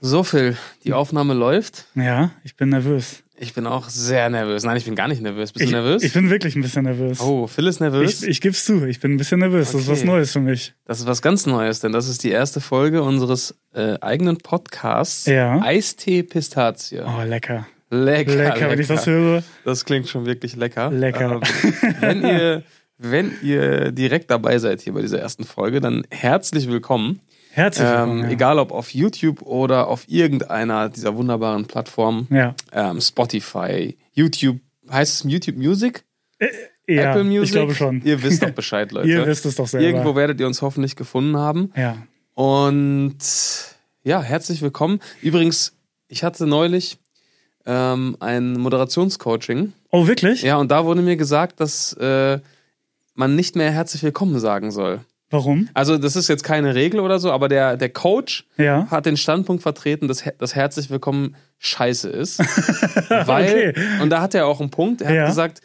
So Phil, die Aufnahme läuft. Ja, ich bin nervös. Ich bin auch sehr nervös. Nein, ich bin gar nicht nervös. Bist ich, du nervös? Ich bin wirklich ein bisschen nervös. oh, Phil ist nervös. Ich, ich gebe zu, ich bin ein bisschen nervös. Das ist was Okay. Neues für mich. das ist was ganz Neues, denn das ist die erste Folge unseres äh, eigenen Podcasts. Ja. Eistee Pistazie. Oh, lecker. lecker, Lecker, wenn ich das höre. Das klingt schon wirklich lecker. Lecker. Ähm, wenn, ihr, wenn ihr direkt dabei seid hier bei dieser ersten Folge, dann herzlich willkommen. Herzlich willkommen. Ähm, ja. Egal ob auf YouTube oder auf irgendeiner dieser wunderbaren Plattformen. Ja. Ähm, Spotify, YouTube. Heißt es YouTube Music? ja, Apple Music? ich glaube schon. Ihr wisst doch Bescheid, Leute. Ihr wisst es doch selber. Irgendwo werdet ihr uns hoffentlich gefunden haben. Ja. Und ja, herzlich willkommen. Übrigens, ich hatte neulich ähm, ein Moderationscoaching. Oh, wirklich? Ja, und da wurde mir gesagt, dass äh, man nicht mehr herzlich willkommen sagen soll. Warum? Also, das ist jetzt keine Regel oder so, aber der, der Coach Ja. hat den Standpunkt vertreten, dass, Her- dass herzlich willkommen scheiße ist. weil, Okay. und da hat er auch einen Punkt, er hat Ja. gesagt,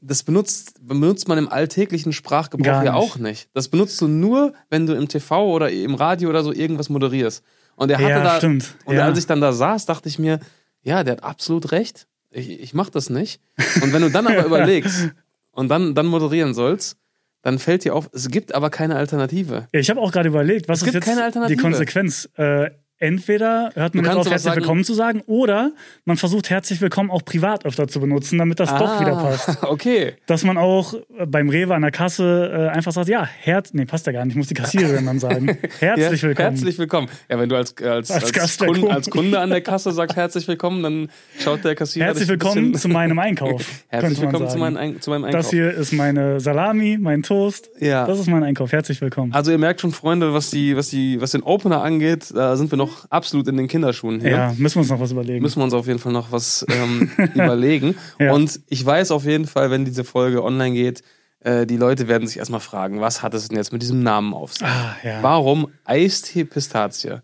das benutzt, benutzt man im alltäglichen Sprachgebrauch Gar ja nicht. auch nicht. Das benutzt du nur, wenn du im TV oder im Radio oder so irgendwas moderierst. Und er hatte Ja, da, stimmt. und Ja. als ich dann da saß, dachte ich mir, ja, der hat absolut recht. Ich, ich mach das nicht. Und wenn du dann aber überlegst und dann, dann moderieren sollst, dann fällt dir auf, es gibt aber keine Alternative. Ja, Ich habe auch gerade überlegt, was Es gibt ist keine jetzt die Alternative. Konsequenz? Äh, entweder hört man Du jetzt kannst auf, sowas herzlich sagen- willkommen zu sagen, oder man versucht, herzlich willkommen auch privat öfter zu benutzen, damit das Ah. doch wieder passt. Okay. dass man auch äh, beim Rewe an der Kasse äh, einfach sagt, ja, Herz, nee, passt ja gar nicht, ich muss die Kassiererin dann sagen. Herzlich ja, willkommen. Herzlich willkommen. Ja, wenn du als, als, Als als, Gast der Kunde, Kunden. als Kunde an der Kasse sagst, herzlich willkommen, dann schaut der Kassierer. Herzlich dich ein willkommen bisschen- zu meinem Einkauf. Herzlich könnte man willkommen zu, sagen. meinen, Ein- zu meinem Einkauf. Das hier ist meine Salami, mein Toast. Ja. Das ist mein Einkauf. Herzlich willkommen. also ihr merkt schon, Freunde, was, die, was, die, was den Opener angeht, da sind wir noch absolut in den Kinderschuhen hier. ja, müssen wir uns noch was überlegen. Müssen wir uns auf jeden Fall noch was ähm, überlegen. Ja. Und ich weiß auf jeden Fall, wenn diese Folge online geht, äh, die Leute werden sich erstmal fragen, was hat es denn jetzt mit diesem Namen auf sich? ah, ja. Warum Eistee Pistazie?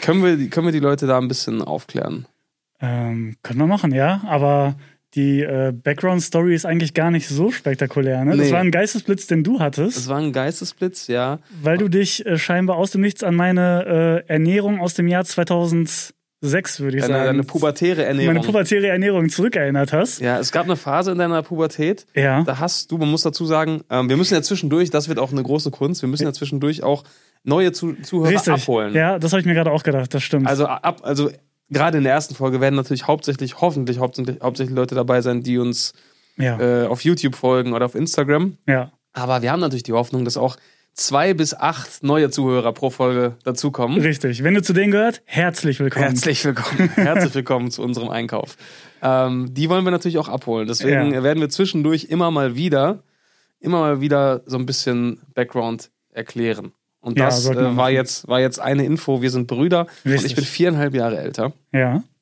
Können, wir, die- können wir die Leute da ein bisschen aufklären? Ähm, können wir machen, ja. Aber die äh, Background-Story ist eigentlich gar nicht so spektakulär. Ne? Das Nee. war ein Geistesblitz, den du hattest, Es war ein Geistesblitz, ja. weil du dich äh, scheinbar aus dem Nichts an meine äh, Ernährung aus dem Jahr 2006, würde ich Deine, sagen, deine pubertäre Ernährung. meine pubertäre Ernährung zurückerinnert hast. ja, es gab eine Phase in deiner Pubertät, Ja. da hast du, man muss dazu sagen, ähm, wir müssen ja zwischendurch, das wird auch eine große Kunst, wir müssen ja zwischendurch auch neue Zu Zuhörer Richtig. abholen. Ja, das habe ich mir gerade auch gedacht, das stimmt. Also ab, also gerade in der ersten Folge werden natürlich hauptsächlich, hoffentlich, hauptsächlich, hauptsächlich Leute dabei sein, die uns ja. äh, auf YouTube folgen oder auf Instagram. ja. Aber wir haben natürlich die Hoffnung, dass auch zwei bis acht neue Zuhörer pro Folge dazukommen. Richtig. Wenn du zu denen gehört, herzlich willkommen. Herzlich willkommen. Herzlich willkommen zu unserem Einkauf. Ähm, die wollen wir natürlich auch abholen. Deswegen Ja. werden wir zwischendurch immer mal wieder, immer mal wieder so ein bisschen Background erklären. Und Ja, das sollten wir äh, war, machen. jetzt, war jetzt eine Info. Wir sind Brüder und Richtig. ich bin viereinhalb Jahre älter. Ja.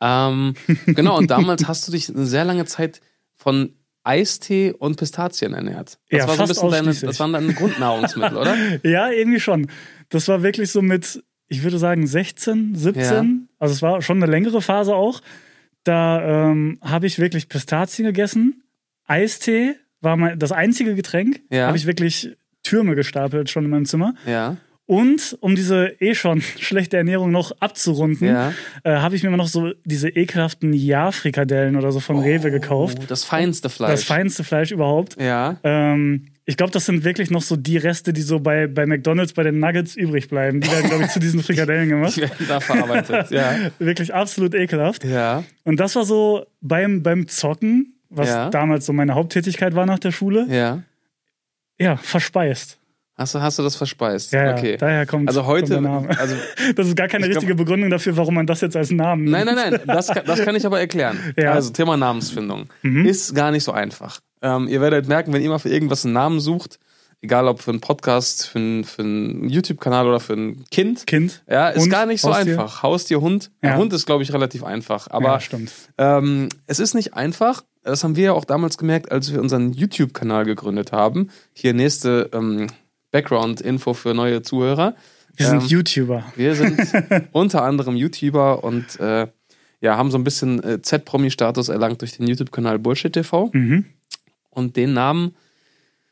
Ähm, genau, und damals hast du dich eine sehr lange Zeit von Eistee und Pistazien ernährt. Das Ja, war so ein fast bisschen deine, ausschließlich. das waren deine Grundnahrungsmittel, oder? Ja, irgendwie schon. Das war wirklich so mit, ich würde sagen, 16, 17. Also es war schon eine längere Phase auch. Da ähm, habe ich wirklich Pistazien gegessen. Eistee war mein, das einzige Getränk. Ja. Habe ich wirklich Türme gestapelt schon in meinem Zimmer. Ja. Und um diese eh schon schlechte Ernährung noch abzurunden, Ja. äh, habe ich mir immer noch so diese ekelhaften Ja-Frikadellen oder so von Rewe gekauft. Oh, das feinste Fleisch. Das feinste Fleisch überhaupt. ja. Ähm, ich glaube, das sind wirklich noch so die Reste, die so bei, bei McDonalds bei den Nuggets übrig bleiben. Die werden, glaube ich, zu diesen Frikadellen Die gemacht. werden da verarbeitet. Ja. Wirklich absolut ekelhaft. Ja. Und das war so beim, beim Zocken, was Ja. damals so meine Haupttätigkeit war nach der Schule. Ja. Ja, verspeist. Hast du, hast du das verspeist? Ja, ja, okay. daher kommt, also kommt der heute, Name. also Das ist gar keine Ich glaub- richtige Begründung dafür, warum man das jetzt als Namen nein, nein, nein, das, kann- das kann ich aber erklären. Ja. Mhm. Also Thema Namensfindung ist gar nicht so einfach. Ähm, ihr werdet merken, wenn ihr mal für irgendwas einen Namen sucht, egal ob für einen Podcast, für einen, für einen YouTube-Kanal oder für ein Kind, Kind. ja, ist Hund, gar nicht so Haustier. einfach. Haustier, Hund, Ja. Hund ist glaube ich relativ einfach, aber Ja, stimmt. Ähm, es ist nicht einfach. Das haben wir ja auch damals gemerkt, als wir unseren YouTube-Kanal gegründet haben. Hier nächste ähm, Background-Info für neue Zuhörer. Wir ähm, sind YouTuber. wir sind unter anderem YouTuber und äh, ja, haben so ein bisschen äh, Z-Promi-Status erlangt durch den YouTube-Kanal Bullshit TV. Mhm. Und den Namen,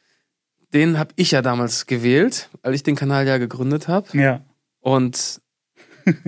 den habe ich ja damals gewählt, als ich den Kanal ja gegründet habe. Ja. Und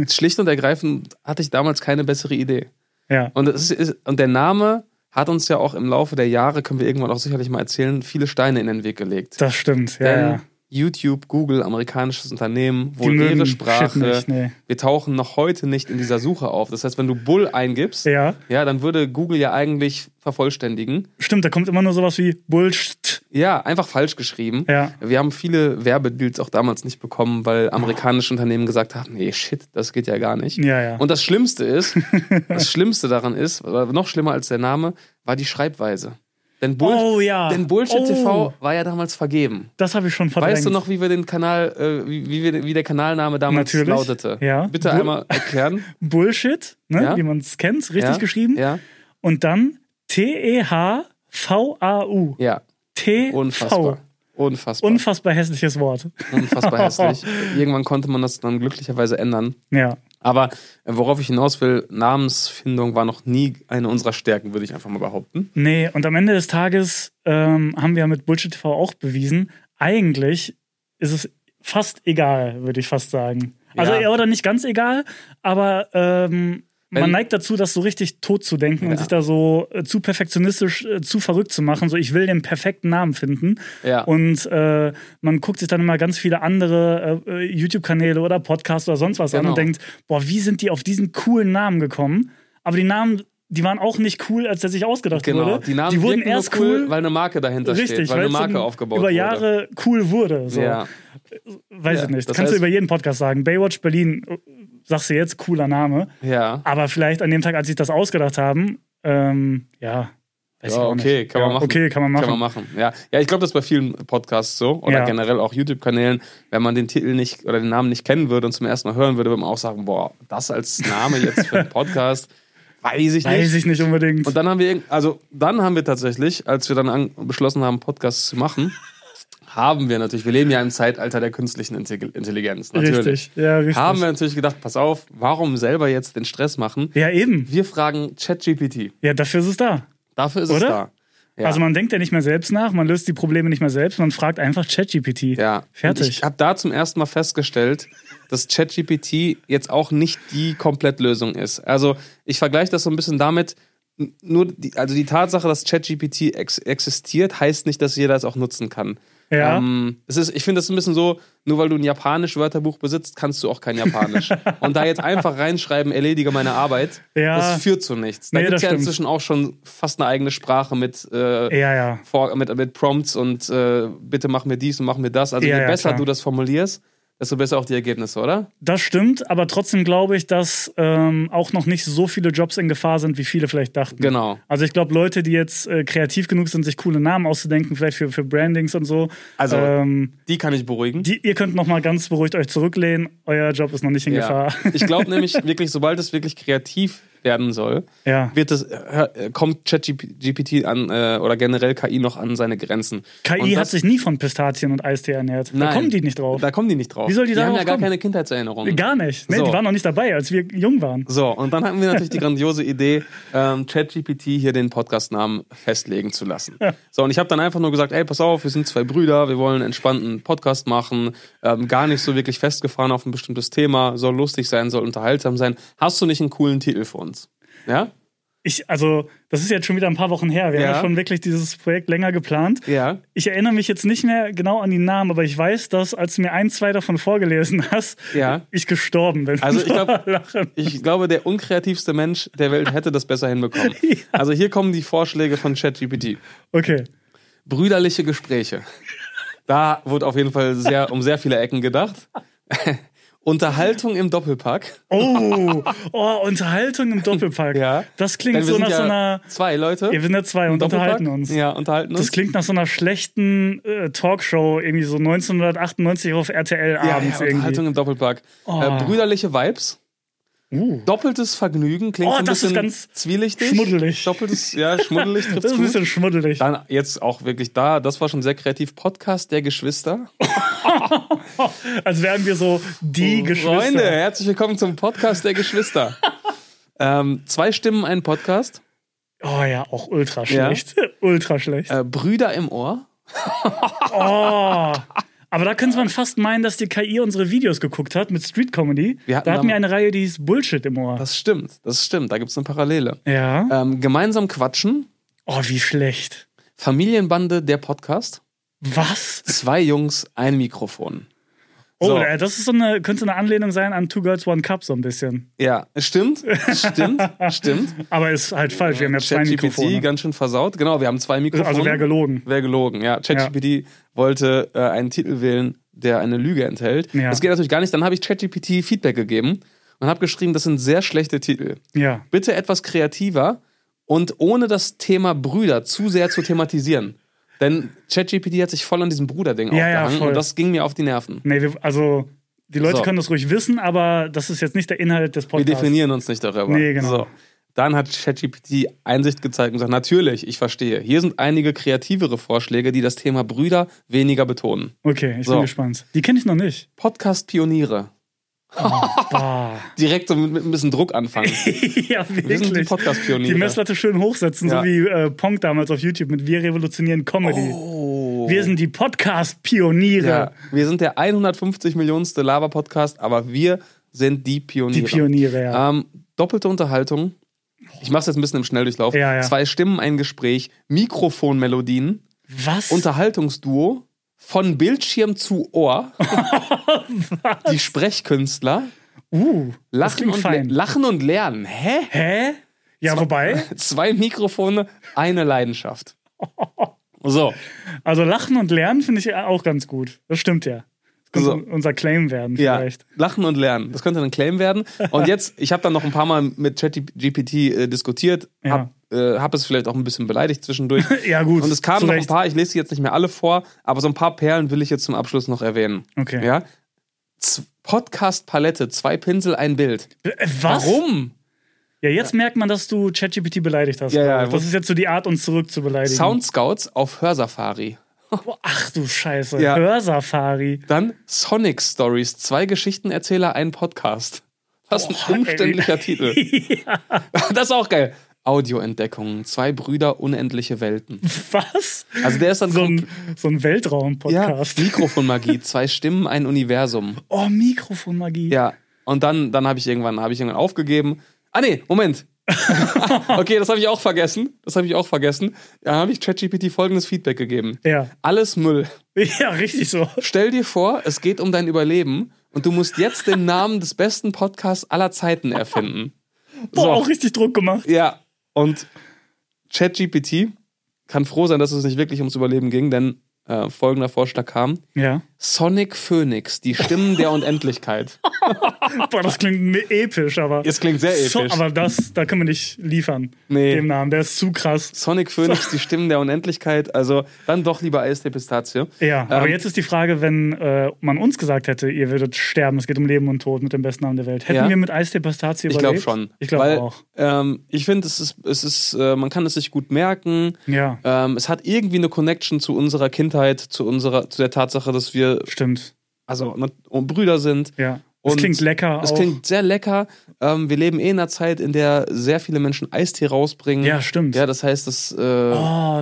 Schlicht und ergreifend hatte ich damals keine bessere Idee. Ja. Und, es ist, und der Name hat uns ja auch im Laufe der Jahre, können wir irgendwann auch sicherlich mal erzählen, viele Steine in den Weg gelegt. Das stimmt, ja. Denn ja. YouTube, Google, amerikanisches Unternehmen, Die mögen vulgäre Shit Sprache. nicht, ne? nee. Wir tauchen noch heute nicht in dieser Suche auf. Das heißt, wenn du Bull eingibst, ja, Ja, dann würde Google ja eigentlich vervollständigen. stimmt, da kommt immer nur sowas wie Bullshit. Ja, einfach falsch geschrieben. Ja. Wir haben viele Werbedeals auch damals nicht bekommen, weil amerikanische Unternehmen gesagt haben, nee, shit, das geht ja gar nicht. Ja, ja. Und das Schlimmste ist, das Schlimmste daran ist, oder noch schlimmer als der Name, war die Schreibweise. Denn, Bull Oh, ja. denn Bullshit Oh. TV war ja damals vergeben. das habe ich schon verdrängt. Weißt du noch, wie wir den Kanal, äh, wie, wie, wir, wie der Kanalname damals Natürlich. lautete? Ja. Bitte Bull- einmal erklären. Bullshit, ne? Ja. wie man es kennt, richtig ja? geschrieben. Ja. Und dann E T-E-H-V-A-U. Ja. T-V. Unfassbar. Unfassbar. Unfassbar hässliches Wort. Unfassbar hässlich. Irgendwann konnte man das dann glücklicherweise ändern. Ja. Aber äh, worauf ich hinaus will, Namensfindung war noch nie eine unserer Stärken, würde ich einfach mal behaupten. Nee, und am Ende des Tages ähm, haben wir mit Bullshit TV auch bewiesen, eigentlich ist es fast egal, würde ich fast sagen. Also Ja. ja. oder nicht ganz egal, aber ähm, Wenn- man neigt dazu, das so richtig tot zu denken Ja. und sich da so äh, zu perfektionistisch, äh, zu verrückt zu machen. So, ich will den perfekten Namen finden. Ja. Und äh, man guckt sich dann immer ganz viele andere äh, äh, YouTube-Kanäle oder Podcasts oder sonst was an Genau. und denkt, boah, wie sind die auf diesen coolen Namen gekommen? Aber die Namen, die waren auch nicht cool, als der sich ausgedacht Genau. wurde. Die Namen wurden wirken nur erst cool, cool, weil eine Marke dahinter steht, richtig, weil eine weil Marke es aufgebaut über wurde. Jahre cool wurde. So. Ja. Weiß Ja, ich nicht. das Das kannst heißt- du über jeden Podcast sagen. Baywatch Berlin, äh, sagst du jetzt, cooler Name. Ja. Aber vielleicht an dem Tag, als sie das ausgedacht haben, ähm, ja. Weiß ich Ja, auch okay, nicht. kann ja, man machen. Okay, kann man machen. Kann man machen. Ja, ja ich glaube, das ist bei vielen Podcasts so oder Ja. generell auch YouTube-Kanälen, wenn man den Titel nicht oder den Namen nicht kennen würde und zum ersten Mal hören würde, würde man auch sagen, boah, das als Name jetzt für einen Podcast, weiß ich nicht. Weiß ich nicht unbedingt. Und dann haben wir, irgend- also dann haben wir tatsächlich, als wir dann an, beschlossen haben, Podcasts zu machen, haben wir natürlich, wir leben ja im Zeitalter der künstlichen Intelli- Intelligenz, natürlich. richtig. Ja, richtig. Haben wir natürlich gedacht, pass auf, warum selber jetzt den Stress machen? ja, eben. Wir fragen ChatGPT. Ja, dafür ist es da. Dafür ist es Oder? da. Ja. Also man denkt ja nicht mehr selbst nach, man löst die Probleme nicht mehr selbst, man fragt einfach ChatGPT. Ja. Und Fertig. ich habe da zum ersten Mal festgestellt, dass ChatGPT jetzt auch nicht die Komplettlösung ist. Also ich vergleiche das so ein bisschen damit, n- nur die, also die Tatsache, dass ChatGPT ex existiert, heißt nicht, dass jeder es auch nutzen kann. Ja. Ähm, es ist, ich finde das ein bisschen so, nur weil du ein japanisch Wörterbuch besitzt, kannst du auch kein Japanisch. Und da jetzt einfach reinschreiben, erledige meine Arbeit, Ja. das führt zu nichts. Da Nee, gibt's das ja stimmt. inzwischen auch schon fast eine eigene Sprache mit äh, Ja, ja. vor, mit, mit Prompts und äh, bitte mach mir dies und mach mir das. Also Ja, je ja, besser klar. du das formulierst, desto besser auch die Ergebnisse, oder? Das stimmt, aber trotzdem glaube ich, dass ähm, auch noch nicht so viele Jobs in Gefahr sind, wie viele vielleicht dachten. Genau. Also ich glaube, Leute, die jetzt äh, kreativ genug sind, sich coole Namen auszudenken, vielleicht für, für Brandings und so, Also- ähm, Die kann ich beruhigen. die, ihr könnt noch mal ganz beruhigt euch zurücklehnen, euer Job ist noch nicht in ja. Gefahr. Ich glaube nämlich wirklich, sobald es wirklich kreativ werden soll, Ja. wird es, hör- äh, kommt ChatGPT an äh, oder generell KI noch an seine Grenzen. Und KI hat das- sich nie von Pistazien und Eistee ernährt. Nein, Da kommen die nicht drauf. Da kommen die nicht drauf. Wie soll die haben darauf ja gar kommen? keine Kindheitserinnerungen. Gar nicht. Nee, So. Die waren noch nicht dabei, als wir jung waren. So, und dann hatten wir natürlich die grandiose Idee, ähm, ChatGPT hier den Podcastnamen festlegen zu lassen. So, und ich habe dann einfach nur gesagt, ey, pass auf, wir sind zwei Brüder, wir wollen einen entspannten Podcast machen, ähm, gar nicht so wirklich festgefahren auf ein bestimmtes Thema, soll lustig sein, soll unterhaltsam sein. Hast du nicht einen coolen Titel für uns? Ja? Ich, also, das ist jetzt schon wieder ein paar Wochen her. Wir Ja. haben ja schon wirklich dieses Projekt länger geplant. Ja. Ich erinnere mich jetzt nicht mehr genau an die Namen, aber ich weiß, dass als du mir ein, zwei davon vorgelesen hast, Ja. ich gestorben bin. Also ich glaub- Lachen. Ich glaube, der unkreativste Mensch der Welt hätte das besser hinbekommen. Also hier kommen die Vorschläge von ChatGPT. Okay. brüderliche Gespräche. Da wurde auf jeden Fall sehr, um sehr viele Ecken gedacht. Unterhaltung im Doppelpack. Oh, oh, Unterhaltung im Doppelpack. Ja. Das Denn klingt wir so sind nach ja so einer. zwei Leute. Wir sind ja zwei und unterhalten uns. Ja, unterhalten uns. Das klingt nach so einer schlechten äh, Talkshow, irgendwie so 1998 auf RTL ja, abends ja, irgendwie. Oh. Unterhaltung im Doppelpack. Äh, brüderliche Vibes. Uh. Doppeltes Vergnügen klingt Oh, so ein das bisschen ist ganz zwielichtig. schmuddelig. Doppeltes, ja, schmuddelig Das trifft's ist ein gut. bisschen schmuddelig. Dann jetzt auch wirklich da, das war schon sehr kreativ. Podcast der Geschwister. Als wären wir so die Geschwister. Oh, Freunde, herzlich willkommen zum Podcast der Geschwister. ähm, zwei Stimmen, ein Podcast. Oh ja, auch ultra Ja. schlecht. ultra schlecht. Äh, Brüder im Ohr. Oh. Aber da könnte man fast meinen, dass die KI unsere Videos geguckt hat mit Street Comedy. Wir Da hatten hatten wir damals- eine Reihe, die hieß Bullshit im Ohr. Das stimmt, das stimmt. Da gibt es eine Parallele. Ja. Ähm, gemeinsam quatschen, Oh, wie schlecht. Familienbande, der Podcast. Was? Zwei Jungs, ein Mikrofon. Oh, So. äh, das ist so eine, könnte eine Anlehnung sein an Two Girls One Cup so ein bisschen. Ja, stimmt, stimmt, stimmt. Aber ist halt falsch. Wir haben ja zwei ChatGPT Mikrofone. ganz schön versaut. Genau, wir haben zwei Mikrofone. Also wäre gelogen. Wäre gelogen, ja. ChatGPT wollte äh, einen Titel wählen, der eine Lüge enthält. Ja. Das geht natürlich gar nicht. Dann habe ich ChatGPT Feedback gegeben und habe geschrieben, das sind sehr schlechte Titel. Ja. Bitte etwas kreativer und ohne das Thema Brüder zu sehr zu thematisieren. Denn ChatGPT hat sich voll an diesem Bruderding Ja, ja, aufgehangen voll. und das ging mir auf die Nerven. Nee, wir, also die Leute So. können das ruhig wissen, aber das ist jetzt nicht der Inhalt des Wir Podcasts. definieren uns nicht darüber. Nee, genau. So. Dann hat ChatGPT Einsicht gezeigt und gesagt, natürlich, ich verstehe. Hier sind einige kreativere Vorschläge, die das Thema Brüder weniger betonen. Okay, ich So. bin gespannt. Die kenne ich noch nicht. Podcast-Pioniere. Ah. Direkt so mit, mit ein bisschen Druck anfangen. ja, Wir sind die wirklich. Die Podcast-Pioniere. Messlatte schön hochsetzen, äh, Ja. so wie äh, Pong damals auf YouTube mit Wir revolutionieren Comedy. oh. Wir sind die Podcast-Pioniere. ja, wir sind der 150 Millionenste Lava-Podcast, aber wir sind die Die Pioniere. Pioniere, ja. Ähm, doppelte Unterhaltung. Ich mache es jetzt ein bisschen im Schnelldurchlauf. Ja, ja. Zwei Stimmen, ein Gespräch, Mikrofonmelodien, Was? Unterhaltungsduo, von Bildschirm zu Ohr, die Sprechkünstler, uh, das Lachen klingt und, fein. Le- Lachen und Lernen. Hä? Hä? Ja, wobei, Zwei Mikrofone, eine Leidenschaft. So, also Lachen und Lernen finde ich auch ganz gut. Das stimmt ja. Das So. könnte unser Claim werden ja, vielleicht. Lachen und Lernen. Das könnte ein Claim werden. Und jetzt, ich habe dann noch ein paar Mal mit ChatGPT äh, diskutiert, Ja. hab, äh, hab es vielleicht auch ein bisschen beleidigt zwischendurch. Ja, gut. Und es kamen zu noch ein Recht. paar, ich lese sie jetzt nicht mehr alle vor, aber so ein paar Perlen will ich jetzt zum Abschluss noch erwähnen. Okay. Ja? Z- Podcast-Palette, zwei Pinsel, ein Bild. Äh, Was? Warum? Ja, jetzt merkt man, dass du ChatGPT beleidigt hast. Ja, ja, das ist jetzt so die Art, uns zurück zu beleidigen. Sound Scouts auf Hörsafari. Boah, Ach du Scheiße. Ja. Hörsafari. Dann Sonic Stories, zwei Geschichtenerzähler, ein Podcast. Was ein ey. umständlicher Titel. Das ist auch geil. Audioentdeckungen, zwei Brüder, unendliche Welten. Was? Also der ist dann So kom- ein, so ein ja, Weltraum-Podcast. Mikrofonmagie, zwei Stimmen, ein Universum. Oh, Mikrofonmagie. Ja, und dann, dann habe ich irgendwann, habe ich irgendwann aufgegeben. Ah nee, Moment. okay, das habe ich auch vergessen. Das habe ich auch vergessen. Dann habe ich ChatGPT folgendes Feedback gegeben. Ja. Alles Müll. Ja, richtig so. Stell dir vor, es geht um dein Überleben und du musst jetzt den Namen des besten Podcasts aller Zeiten erfinden. Boah, So. auch richtig Druck gemacht. Ja, und ChatGPT kann froh sein, dass es nicht wirklich ums Überleben ging, denn äh, folgender Vorschlag kam. Ja. Sonic Phoenix, die Stimmen der Unendlichkeit. Boah, das klingt mi- episch, aber. Es klingt sehr episch. So, aber das, da können wir nicht liefern. Nee. Dem Namen, der ist zu krass. Sonic Phoenix, die Stimmen der Unendlichkeit. Also dann doch lieber Eistee Pistazie. Ja, aber Ähm. jetzt ist die Frage, wenn äh, man uns gesagt hätte, ihr würdet sterben, es geht um Leben und Tod mit dem besten Namen der Welt. Hätten Ja. wir mit Eistee Pistazie Ich überlebt? glaube schon. Ich glaube Weil, auch. Ähm, ich finde, es ist, es ist, äh, man kann es sich gut merken. Ja, Ähm, es hat irgendwie eine Connection zu unserer Kindheit, zu unserer, zu der Tatsache, dass wir stimmt. also ne, Brüder sind. Ja. Das Und klingt lecker Es auch. klingt sehr lecker. Ähm, wir leben eh in einer Zeit, in der sehr viele Menschen Eistee rausbringen. ja, stimmt. Ja, das heißt, das. Äh, Oh,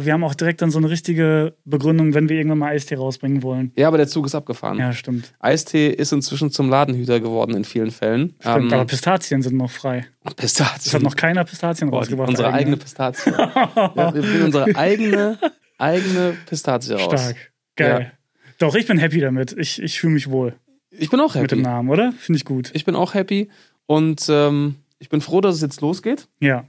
wir haben auch direkt dann so eine richtige Begründung, wenn wir irgendwann mal Eistee rausbringen wollen. Ja, aber der Zug ist abgefahren. Ja, stimmt. Eistee ist inzwischen zum Ladenhüter geworden in vielen Fällen. Ähm, stimmt. Aber Pistazien sind noch frei. Pistazien. Es hat noch keiner Pistazien Boah, die- rausgebracht. unsere eigene Pistazie. ja, wir bringen unsere eigene, eigene Pistazie raus. Stark. Geil. Doch, ich bin happy damit. Ich, ich fühle mich wohl Ich bin auch mit dem happy. Namen, oder? Finde ich gut. Ich bin auch happy und ähm, ich bin froh, dass es jetzt losgeht. Ja,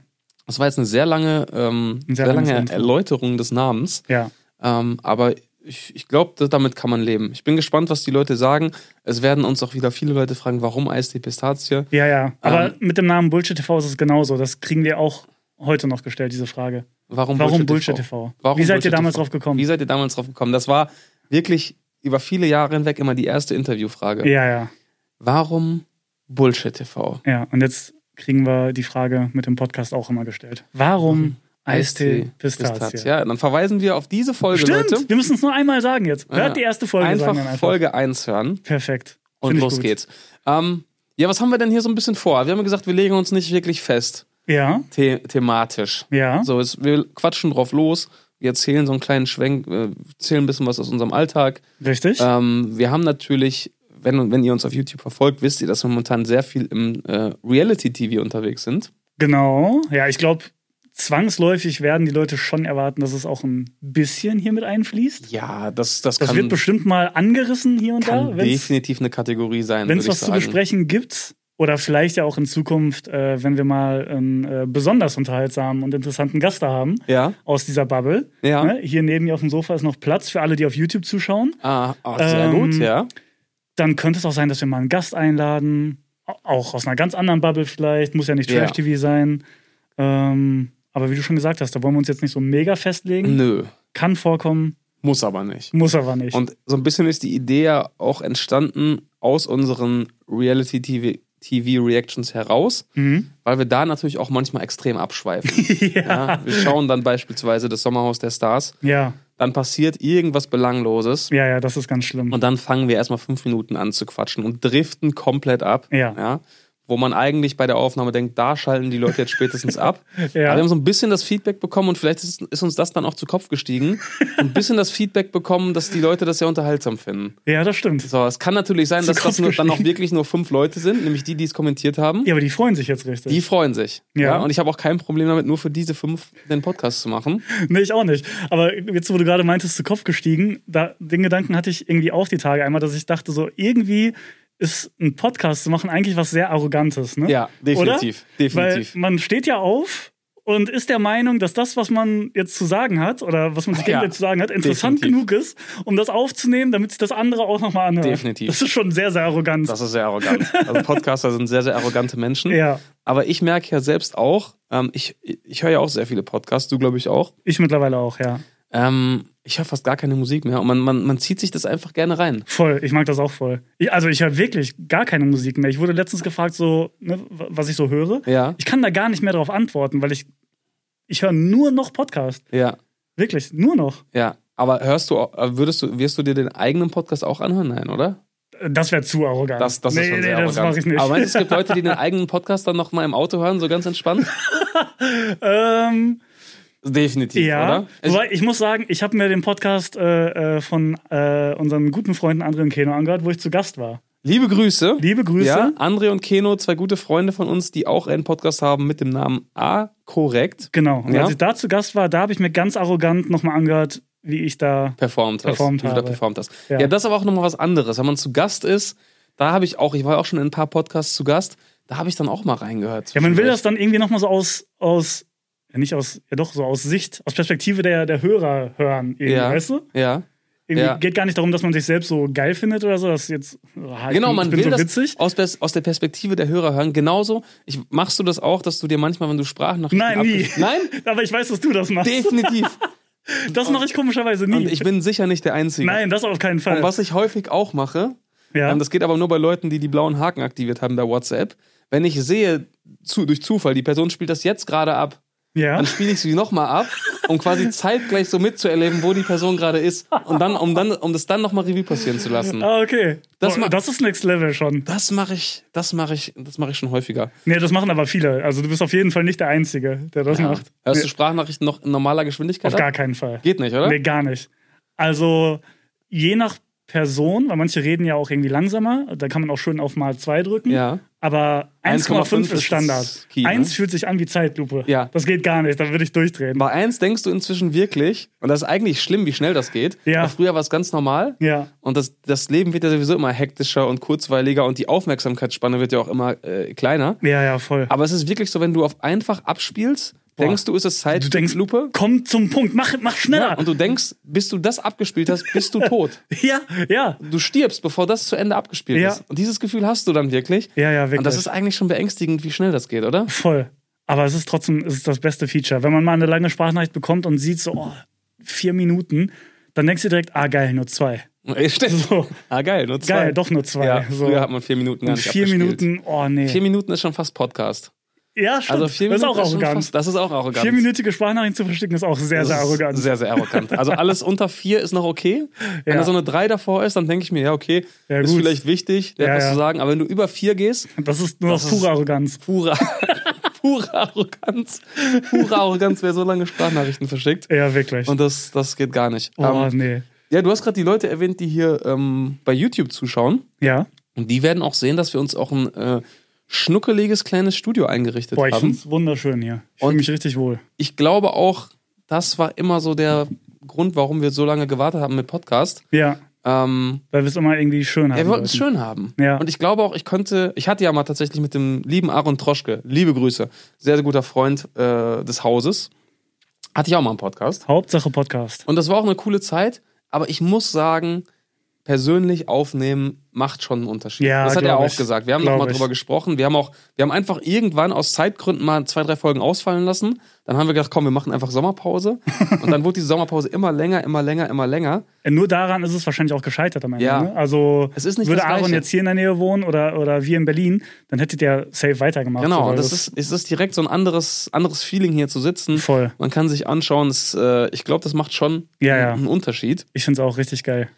Das war jetzt eine sehr lange, ähm, Ein sehr sehr lange langes Intro. Erläuterung des Namens. ja. Ähm, aber ich, ich glaube, damit kann man leben. Ich bin gespannt, was die Leute sagen. Es werden uns auch wieder viele Leute fragen, warum Eistee Pistazie? Ja, ja. Ähm. Aber mit dem Namen Bullshit TV ist es genauso. Das kriegen wir auch heute noch gestellt, diese Frage. Warum, Warum Bullshit Bullshit TV? TV? Warum Wie seid ihr Bullshit damals TV? drauf gekommen? Wie seid ihr damals drauf gekommen? Das war wirklich über viele Jahre hinweg immer die erste Interviewfrage. Ja, ja, Warum Bullshit TV? ja. Und jetzt kriegen wir die Frage mit dem Podcast auch immer gestellt. Warum Eistee Pistazie? Ja, dann verweisen wir auf diese Folge, Stimmt, Leute. wir müssen es nur einmal sagen jetzt. Ja. Hört die erste Folge einfach, sagen wir dann einfach. Folge 1 hören Perfekt. und Find ich los gut. geht's. Ähm, ja, was haben wir denn hier so ein bisschen vor? Wir haben ja gesagt, wir legen uns nicht wirklich fest, Ja, the thematisch. ja. So, es, wir quatschen drauf los Wir erzählen so einen kleinen Schwenk, äh, erzählen ein bisschen was aus unserem Alltag. Richtig? Ähm, wir haben natürlich, wenn, wenn ihr uns auf YouTube verfolgt, wisst ihr, dass wir momentan sehr viel im äh, Reality-TV unterwegs sind. Genau. Ja, ich glaube, zwangsläufig werden die Leute schon erwarten, dass es auch ein bisschen hier mit einfließt. Ja, das, das, Das kann, wird bestimmt mal angerissen hier und kann da, wenn definitiv eine Kategorie sein. es würde was ich zu sagen. besprechen gibt. Oder vielleicht ja auch in Zukunft, äh, wenn wir mal einen äh, besonders unterhaltsamen und interessanten Gast da haben Ja, aus dieser Bubble. ja. Ne? Hier neben mir auf dem Sofa ist noch Platz für alle, die auf YouTube zuschauen. Ah, ah, sehr Ähm, gut, ja. Dann könnte es auch sein, dass wir mal einen Gast einladen. Au- Auch aus einer ganz anderen Bubble vielleicht. Muss ja nicht Ja. Trash-TV sein. Ähm, aber wie du schon gesagt hast, da wollen wir uns jetzt nicht so mega festlegen. Nö, Kann vorkommen, muss aber nicht. muss aber nicht. Und so ein bisschen ist die Idee ja auch entstanden aus unseren Reality-TV-Reactions heraus, mhm. weil wir da natürlich auch manchmal extrem abschweifen. ja. ja, wir schauen dann beispielsweise das Sommerhaus der Stars, ja, dann passiert irgendwas Belangloses ja, ja, das ist ganz schlimm. und dann fangen wir erstmal fünf Minuten an zu quatschen und driften komplett ab. Ja. ja wo man eigentlich bei der Aufnahme denkt, da schalten die Leute jetzt spätestens ab. ja. Aber wir haben so ein bisschen das Feedback bekommen und vielleicht ist, ist uns das dann auch zu Kopf gestiegen. Ein bisschen das Feedback bekommen, dass die Leute das sehr unterhaltsam finden. ja, das stimmt. So, es kann natürlich sein, Zu dass das Kopf nur, dann auch gestiegen. wirklich nur fünf Leute sind, nämlich die, die es kommentiert haben. Ja, aber die freuen sich jetzt richtig. Die freuen sich. Ja. Ja. Und ich habe auch kein Problem damit, nur für diese fünf den Podcast zu machen. Nee, ich auch nicht. Aber jetzt, wo du gerade meintest, zu Kopf gestiegen, da, den Gedanken hatte ich irgendwie auch die Tage einmal, dass ich dachte, so irgendwie ist ein Podcast zu machen eigentlich was sehr Arrogantes, ne? Ja, definitiv. Definitiv. Weil man steht ja auf und ist der Meinung, dass das, was man jetzt zu sagen hat oder was man sich Ja, gegenseitig zu sagen hat, interessant definitiv. genug ist, um das aufzunehmen, damit sich das andere auch nochmal anhört. Definitiv. Das ist schon sehr, sehr arrogant. Das ist sehr arrogant. Also Podcaster sind sehr, sehr arrogante Menschen. ja, Aber ich merke ja selbst auch, ähm, ich, ich höre ja auch sehr viele Podcasts, du glaube ich auch. ich mittlerweile auch, ja. Ähm, ich höre fast gar keine Musik mehr und man, man, man zieht sich das einfach gerne rein. Voll, ich mag das auch voll. Ich, also ich höre wirklich gar keine Musik mehr. Ich wurde letztens gefragt, so, ne, w- was ich so höre. Ja, Ich kann da gar nicht mehr darauf antworten, weil ich, ich höre nur noch Podcast. ja, Wirklich, nur noch. ja. Aber hörst du, auch- äh, würdest du, wirst du dir den eigenen Podcast auch anhören? Nein, oder? Das wäre zu arrogant. Das, das ist schon sehr das mache ich nicht. Aber meinst du, es gibt Leute, die den eigenen Podcast dann nochmal im Auto hören, so ganz entspannt? ähm, Definitiv, ja, oder? Ich, wobei ich muss sagen, ich habe mir den Podcast äh, äh, von äh, unseren guten Freunden André und Keno angehört, wo ich zu Gast war. liebe Grüße. Liebe Grüße. Ja, André und Keno, zwei gute Freunde von uns, die auch einen Podcast haben mit dem Namen A korrekt Genau. Und Ja. als ich da zu Gast war, da habe ich mir ganz arrogant nochmal angehört, wie ich da performt hast. Performt wie du da habe. performt hast. Ja. Ja. das ist aber auch nochmal was anderes. Wenn man zu Gast ist, da habe ich auch, ich war ja auch schon in ein paar Podcasts zu Gast, da habe ich dann auch mal reingehört. Ja, man will das dann irgendwie nochmal so aus, aus, ja nicht aus, ja doch, so aus Sicht, aus Perspektive der, der Hörer hören, irgendwie, Ja. weißt du? Ja. Irgendwie Ja. geht gar nicht darum, dass man sich selbst so geil findet oder so, dass jetzt, ah, ich Genau, bin, man ich bin will so das witzig. Aus, pers- aus der Perspektive der Hörer hören. Genauso, ich, machst du das auch, dass du dir manchmal, wenn du Sprachnachrichten Nein, nie. abgesch- Nein, Aber ich weiß, dass du das machst. definitiv. das mache ich komischerweise nie. Und ich bin sicher nicht der Einzige. Nein, das auf keinen Fall. Und was ich häufig auch mache, ja. Ähm, das geht aber nur bei Leuten, die die blauen Haken aktiviert haben bei WhatsApp. Wenn ich sehe, zu, durch Zufall, die Person spielt das jetzt gerade ab, ja. dann spiele ich sie nochmal ab, um quasi zeitgleich so mitzuerleben, wo die Person gerade ist. Und dann, um, dann, um das dann nochmal Revue passieren zu lassen. Ah, okay. Das Das, ma- Boah, das ist Next Level schon. Das mache ich, das mache ich, das mache ich schon häufiger. Nee, das machen aber viele. Also du bist auf jeden Fall nicht der Einzige, der das Ja. macht. Hörst Nee, du Sprachnachrichten noch in normaler Geschwindigkeit? auf Ab? gar keinen Fall. Geht nicht, oder? Nee, gar nicht. Also je nach Person, weil manche reden ja auch irgendwie langsamer, da kann man auch schön auf mal 2 drücken, Ja. aber 1,5 1,5 ist ist Standard. Key, ne? 1 fühlt sich an wie Zeitlupe. Ja. Das geht gar nicht, dann würde ich durchdrehen. Bei eins denkst du inzwischen wirklich, und das ist eigentlich schlimm, wie schnell das geht. Ja. weil Früher war es ganz normal. Ja, Und das, das Leben wird ja sowieso immer hektischer und kurzweiliger und die Aufmerksamkeitsspanne wird ja auch immer äh, kleiner. ja, ja, voll. Aber es ist wirklich so, wenn du auf einfach abspielst, denkst du, ist es Du denkst- Zeitlupe? Komm zum Punkt, mach, mach Ja. schneller. Und du denkst, bis du das abgespielt hast, bist du tot. Ja, ja, Du stirbst, bevor das zu Ende abgespielt Ja. ist. Und dieses Gefühl hast du dann wirklich. ja, ja, wirklich. Und das ist eigentlich schon beängstigend, wie schnell das geht, oder? voll. Aber es ist trotzdem es ist das beste Feature. Wenn man mal eine lange Sprachnachricht bekommt und sieht so, oh, vier Minuten, dann denkst du direkt, ah geil, nur zwei. Ey, Stimmt. So, Ah, geil, nur zwei. geil, doch nur zwei. Ja, so. früher hat man vier Minuten gar Und nicht vier abgespielt. Minuten, oh nee. Vier Minuten ist schon fast Podcast. ja, stimmt. Also vier das Minuten ist auch schon arrogant. Fast, das ist auch arrogant. Vierminütige Sprachnachrichten zu verstecken ist auch sehr, Das sehr ist arrogant. Sehr, sehr arrogant. Also alles unter vier ist noch okay. Wenn Ja. da so eine drei davor ist, dann denke ich mir, ja, okay, Ja, ist gut. vielleicht wichtig, der Ja, hat was ja. zu sagen. Aber wenn du über vier gehst, das ist nur Das noch pure Arroganz. pure, pure Arroganz. Pure Arroganz, wer so lange Sprachnachrichten verschickt. Ja, wirklich. Und das, das geht gar nicht. oh, Ähm, nee. ja, du hast gerade die Leute erwähnt, die hier ähm, bei YouTube zuschauen. Ja. Und die werden auch sehen, dass wir uns auch ein äh, schnuckeliges kleines Studio eingerichtet Boah, ich haben. find's wunderschön hier. Ich Und- fühle mich richtig wohl. Ich glaube auch, das war immer so der Grund, warum wir so lange gewartet haben mit Podcast. Ja, Ähm, weil wir es immer irgendwie schön haben. ja, wir wollten es wollten. schön haben. Ja. Und ich glaube auch, ich könnte, ich hatte ja mal tatsächlich mit dem lieben Aaron Troschke, liebe Grüße, sehr, sehr guter Freund äh, des Hauses, hatte ich auch mal einen Podcast. Hauptsache Podcast. Und das war auch eine coole Zeit, aber ich muss sagen, persönlich aufnehmen macht schon einen Unterschied. Ja, das hat er glaub auch ich. gesagt. Wir haben Glaub nochmal ich. drüber gesprochen. Wir haben auch, wir haben einfach irgendwann aus Zeitgründen mal zwei, drei Folgen ausfallen lassen. Dann haben wir gedacht, komm, wir machen einfach Sommerpause. Und dann wurde diese Sommerpause immer länger, immer länger, immer länger. Äh, Nur daran ist es wahrscheinlich auch gescheitert am Ende. Ja. Ne? Also Es ist nicht würde das Aaron Gleiche. jetzt hier in der Nähe wohnen oder, oder wir in Berlin, dann hättet ihr safe weitergemacht. Genau. So, weil Und das ist, es ist direkt so ein anderes, anderes Feeling hier zu sitzen. voll. Man kann sich anschauen. Es, äh, ich glaube, das macht schon Ja, ja. einen Unterschied. Ich finde es auch richtig geil.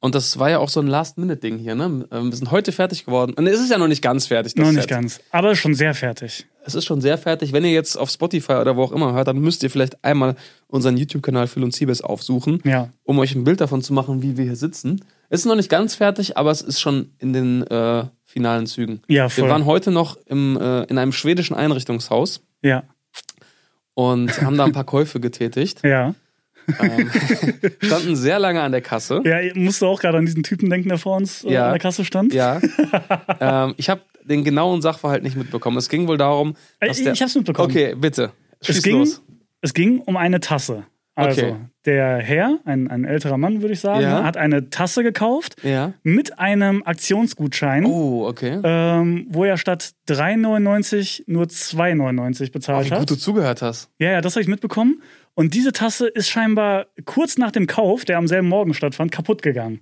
Und das war ja auch so ein Last-Minute-Ding hier. Ne? Ähm, Wir sind heute fertig geworden. Und es ist ja noch nicht ganz fertig. das Noch nicht Set. ganz. Aber schon sehr fertig. Es ist schon sehr fertig. Wenn ihr jetzt auf Spotify oder wo auch immer hört, dann müsst ihr vielleicht einmal unseren YouTube-Kanal Phil und Siebes aufsuchen, Ja. um euch ein Bild davon zu machen, wie wir hier sitzen. Es ist noch nicht ganz fertig, aber es ist schon in den äh, finalen Zügen. Ja, voll. Wir waren heute noch im, äh, in einem schwedischen Einrichtungshaus ja. und haben da ein paar Käufe getätigt. Ja. Ähm, standen sehr lange an der Kasse. Ja, ich musste auch gerade an diesen Typen denken, der vor uns äh, Ja. an der Kasse stand. Ja. ähm, ich habe den genauen Sachverhalt nicht mitbekommen. Es ging wohl darum, Äh, dass der. ich hab's mitbekommen. okay, bitte. Schieß es, ging, los. es ging um eine Tasse. Also, Okay. der Herr, ein, ein älterer Mann, würde ich sagen, Ja. hat eine Tasse gekauft Ja. mit einem Aktionsgutschein, Oh, okay. ähm, wo er statt 3,99 nur 2,99 Oh, bezahlt wie gut hat. du zugehört hast. Ja, ja, das habe ich mitbekommen. Und diese Tasse ist scheinbar kurz nach dem Kauf, der am selben Morgen stattfand, kaputt gegangen.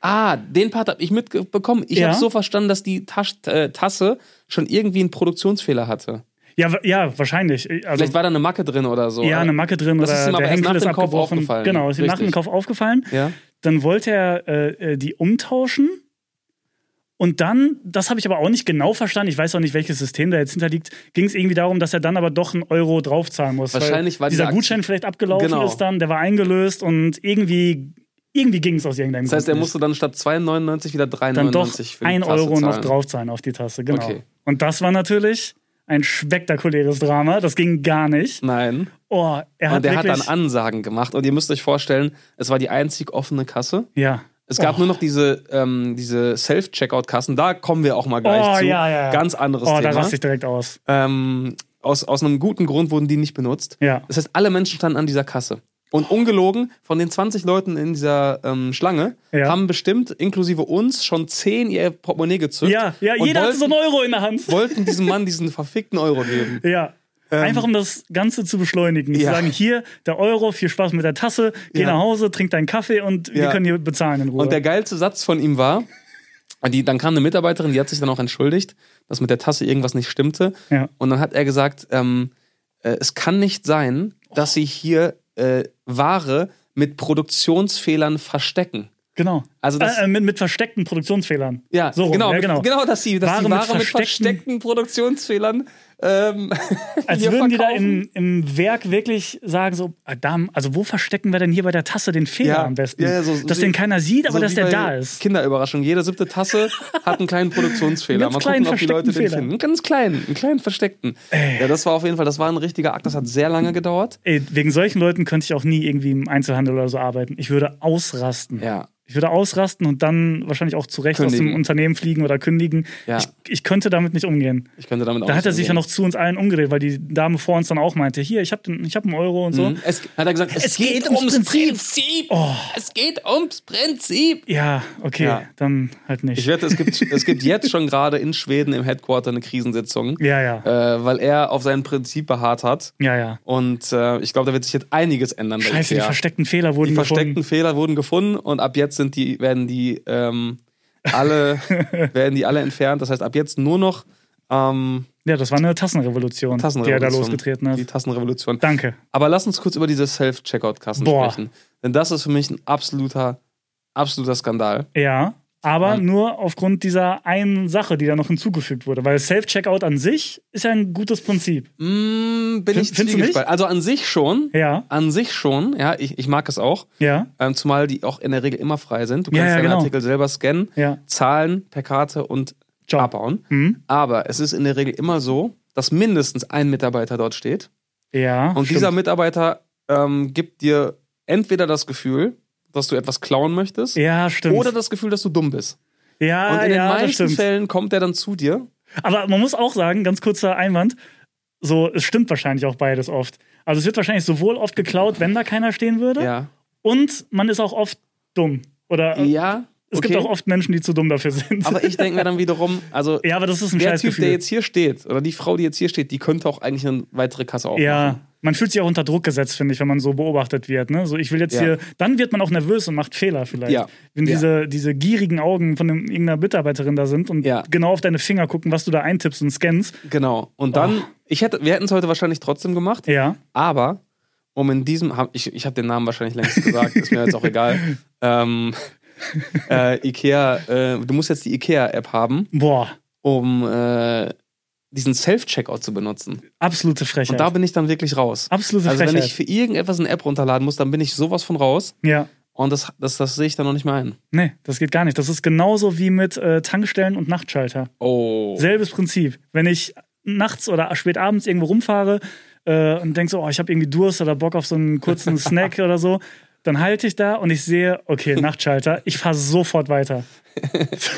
Ah, den Part habe ich mitbekommen. Ich Ja. habe so verstanden, dass die Tasch, äh, Tasse schon irgendwie einen Produktionsfehler hatte. Ja, wa- ja wahrscheinlich. Also, Vielleicht war da eine Macke drin oder so. ja, eine Macke drin Das oder ist ihm aber der erst Henkel nach ist dem Kauf abgebrochen. aufgefallen. Genau, ist ihm nach dem Richtig. Kauf aufgefallen. Ja. Dann wollte er äh, äh, die umtauschen. Und dann, das habe ich aber auch nicht genau verstanden, ich weiß auch nicht, welches System da jetzt hinterliegt, ging es irgendwie darum, dass er dann aber doch einen Euro draufzahlen muss. weil Wahrscheinlich war diese dieser Aktion- Gutschein vielleicht abgelaufen Genau. ist dann, der war eingelöst und irgendwie, irgendwie ging es aus irgendeinem Das heißt, er Grund nicht. musste dann statt 2,99 wieder 3,99 Äh, dann doch für die ein Tasse Euro noch zahlen. draufzahlen auf die Tasse, genau. Okay. Und das war natürlich ein spektakuläres Drama, das ging gar nicht. Nein. Oh, er hat Und der hat wirklich, dann Ansagen gemacht. Und ihr müsst euch vorstellen, es war die einzig offene Kasse. ja. Es gab oh. nur noch diese, ähm, diese Self-Checkout-Kassen. Da kommen wir auch mal gleich Oh, zu. ja, ja. Ganz anderes Oh, da Thema. raste ich direkt aus. Ähm, aus, aus einem guten Grund wurden die nicht benutzt. Ja. Das heißt, alle Menschen standen an dieser Kasse. Und ungelogen, von den 20 Leuten in dieser ähm, Schlange Ja. haben bestimmt, inklusive uns, schon 10 ihr Portemonnaie gezückt. Ja, ja, und jeder hatte wollten, so einen Euro in der Hand. wollten diesem Mann diesen verfickten Euro geben. Ja. Einfach um das Ganze zu beschleunigen. Zu Ähm. Ja. sagen, hier, der Euro, viel Spaß mit der Tasse, geh Ja. nach Hause, trink deinen Kaffee und wir Ja. können hier bezahlen in Ruhe. Und der geilste Satz von ihm war, die, dann kam eine Mitarbeiterin, die hat sich dann auch entschuldigt, dass mit der Tasse irgendwas nicht stimmte. Ja. Und dann hat er gesagt, ähm, äh, es kann nicht sein, dass sie hier äh, Ware mit Produktionsfehlern verstecken. genau. Also das- äh, äh, mit, mit versteckten Produktionsfehlern. Ja, so rum. genau, ja, mit- genau. genau, dass die, dass Ware die mit Ware mit versteckten, versteckten- Produktionsfehlern ähm, Als hier würden die da verkaufen. im, im Werk wirklich sagen, so, Adam, also wo verstecken wir denn hier bei der Tasse den Fehler Ja. am besten? Ja, ja, so- dass so- den keiner sieht, aber So dass wie der bei da ist. Kinderüberraschung. Jede siebte Tasse hat einen kleinen Produktionsfehler. Einen Mal ganz gucken, kleinen ob die Leute den versteckten Fehler. Äh. finden. Einen ganz kleinen, einen kleinen versteckten. Ja, das war auf jeden Fall, das war ein richtiger Akt. Das hat sehr lange gedauert. Ey, wegen solchen Leuten könnte ich auch nie irgendwie im Einzelhandel oder so arbeiten. Ich würde ausrasten. Ja. Ich würde ausrasten und dann wahrscheinlich auch zurecht aus Kündigen. dem Unternehmen fliegen oder kündigen. Ja. Ich, ich könnte damit nicht umgehen. Ich könnte damit auch Da hat nicht er sich ja umgehen. noch zu uns allen umgedreht, weil die Dame vor uns dann auch meinte, hier, ich habe hab einen Euro und so. Mhm. Es, hat er gesagt, es, Es geht, geht ums ums Prinzip. Prinzip. Oh. Es geht ums Prinzip. Ja, okay, Ja. dann halt nicht. Ich wette, es gibt, es gibt jetzt schon gerade in Schweden im Headquarter eine Krisensitzung, ja, ja, äh, weil er auf sein Prinzip beharrt hat. ja, ja. Und äh, ich glaube, da wird sich jetzt einiges ändern. bei Scheiße, die IKEA. versteckten Fehler wurden Äh, Die versteckten gefunden. Fehler wurden gefunden und ab jetzt sind die, werden die ähm, alle, werden die alle entfernt. Das heißt, ab jetzt nur noch ähm, Ja, das war eine Tassenrevolution, Tassenrevolution. die er da losgetreten Die hat. Tassenrevolution. Danke. Aber lass uns kurz über diese Self-Checkout-Kassen Boah. sprechen. Denn das ist für mich ein absoluter, absoluter Skandal. Ja, Aber nur aufgrund dieser einen Sache, die da noch hinzugefügt wurde. Weil Self-Checkout an sich ist ja ein gutes Prinzip. Mm, bin ich Findest du zwiegespalten. Also an sich schon. Ja. An sich schon, ja, ich, ich mag es auch. Ja. Ähm, zumal die auch in der Regel immer frei sind. Du Ja, kannst ja, deinen genau. Artikel selber scannen, Ja. zahlen per Karte und Ciao. abhauen. Hm? Aber es ist in der Regel immer so, dass mindestens ein Mitarbeiter dort steht. Ja. Und stimmt. dieser Mitarbeiter ähm, gibt dir entweder das Gefühl, dass du etwas klauen möchtest, Ja, stimmt. oder das Gefühl, dass du dumm bist. ja, Und in ja, das den meisten stimmt. Fällen kommt er dann zu dir. Aber man muss auch sagen, ganz kurzer Einwand, so, es stimmt wahrscheinlich auch beides oft. Also es wird wahrscheinlich sowohl oft geklaut, wenn da keiner stehen würde, Ja. und man ist auch oft dumm. Oder äh, Ja. es gibt auch oft Menschen, die zu dumm dafür sind. Aber ich denke mir dann wiederum, also ja, aber das ist ein der scheiß Typ, der Gefühl. jetzt hier steht, oder die Frau, die jetzt hier steht, die könnte auch eigentlich eine weitere Kasse aufmachen. Ja, man fühlt sich auch unter Druck gesetzt, finde ich, wenn man so beobachtet wird. Ne? So, ich will jetzt Ja. hier, dann wird man auch nervös und macht Fehler vielleicht. Ja. Wenn Ja. diese, diese gierigen Augen von dem, irgendeiner Mitarbeiterin da sind und Ja. genau auf deine Finger gucken, was du da eintippst und scannst. Genau. Und dann, ich hätte, wir hätten es heute wahrscheinlich trotzdem gemacht, Oh. Ja. aber um in diesem, hab- ich, ich habe den Namen wahrscheinlich längst gesagt, ist mir jetzt auch egal. Ähm, äh, Ikea, äh, du musst jetzt die Ikea-App haben, Boah, um äh, diesen Self-Checkout zu benutzen. absolute Und da Frechheit. bin ich dann wirklich raus. Absolute Also wenn Frechheit. ich für irgendetwas eine App runterladen muss, dann bin ich sowas von raus. ja. Und das, das, das sehe ich dann noch nicht mehr ein. Nee, das geht gar nicht. Das ist genauso wie mit äh, Tankstellen und Nachtschalter. Oh. Selbes Prinzip. Wenn ich nachts oder spät abends irgendwo rumfahre äh, und denke so, oh, ich habe irgendwie Durst oder Bock auf so einen kurzen Snack oder so, dann halte ich da und ich sehe, okay, Nachtschalter, ich fahre sofort weiter.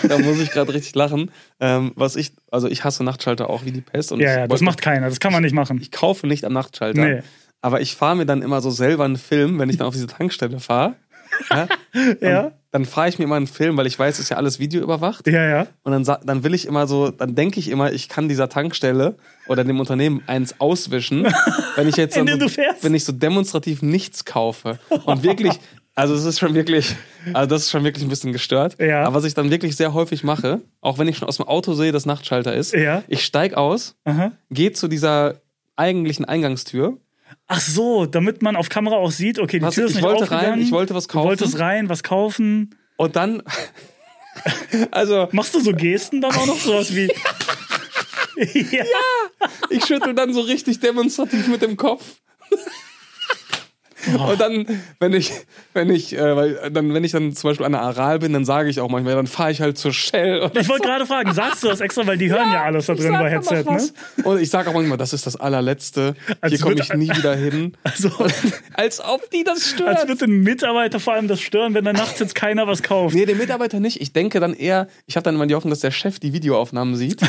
da muss ich gerade richtig lachen. Ähm, was ich, also ich hasse Nachtschalter auch wie die Pest. Und Ja, ich ja, das wollte- macht keiner, das kann man nicht machen. ich kaufe nicht am Nachtschalter. Nee. Aber ich fahre mir dann immer so selber einen Film, wenn ich dann auf diese Tankstelle fahre. Ja, ähm, Ja, dann fahre ich mir immer einen Film, weil ich weiß, ist ja alles videoüberwacht. ja, ja. Und dann, sa- dann will ich immer so, dann denke ich immer, ich kann dieser Tankstelle oder dem Unternehmen eins auswischen, wenn ich jetzt dann Indem so, du fährst. wenn ich so demonstrativ nichts kaufe. Und wirklich, also es ist schon wirklich, also das ist schon wirklich ein bisschen gestört. Ja. Aber was ich dann wirklich sehr häufig mache, auch wenn ich schon aus dem Auto sehe, dass Nachtschalter ist, Ja. ich steig aus, Aha. gehe zu dieser eigentlichen Eingangstür. Ach so, damit man auf Kamera auch sieht, okay, die Was, Tür ist ich nicht wollte aufgegangen. rein, ich wollte was du kaufen. wolltest rein, was kaufen. Und dann, also Machst du so Gesten dann auch noch sowas wie? ja. ich schüttel dann so richtig demonstrativ mit dem Kopf. Und dann, wenn ich, wenn ich, äh, weil, dann, wenn ich dann zum Beispiel an der Aral bin, dann sage ich auch manchmal, dann fahre ich halt zur Shell. Oder Ich wollte gerade fragen, sagst du das extra, weil die hören ja, alles da drin bei Headset, ne? Und ich sage auch manchmal, das ist das allerletzte. Als Hier komme wird- ich nie wieder hin. Also, Als ob die das stört. als würde ein Mitarbeiter vor allem das stören, wenn da nachts jetzt keiner was kauft. Nee, den Mitarbeiter nicht. Ich denke dann eher, ich habe dann immer die Hoffnung, dass der Chef die Videoaufnahmen sieht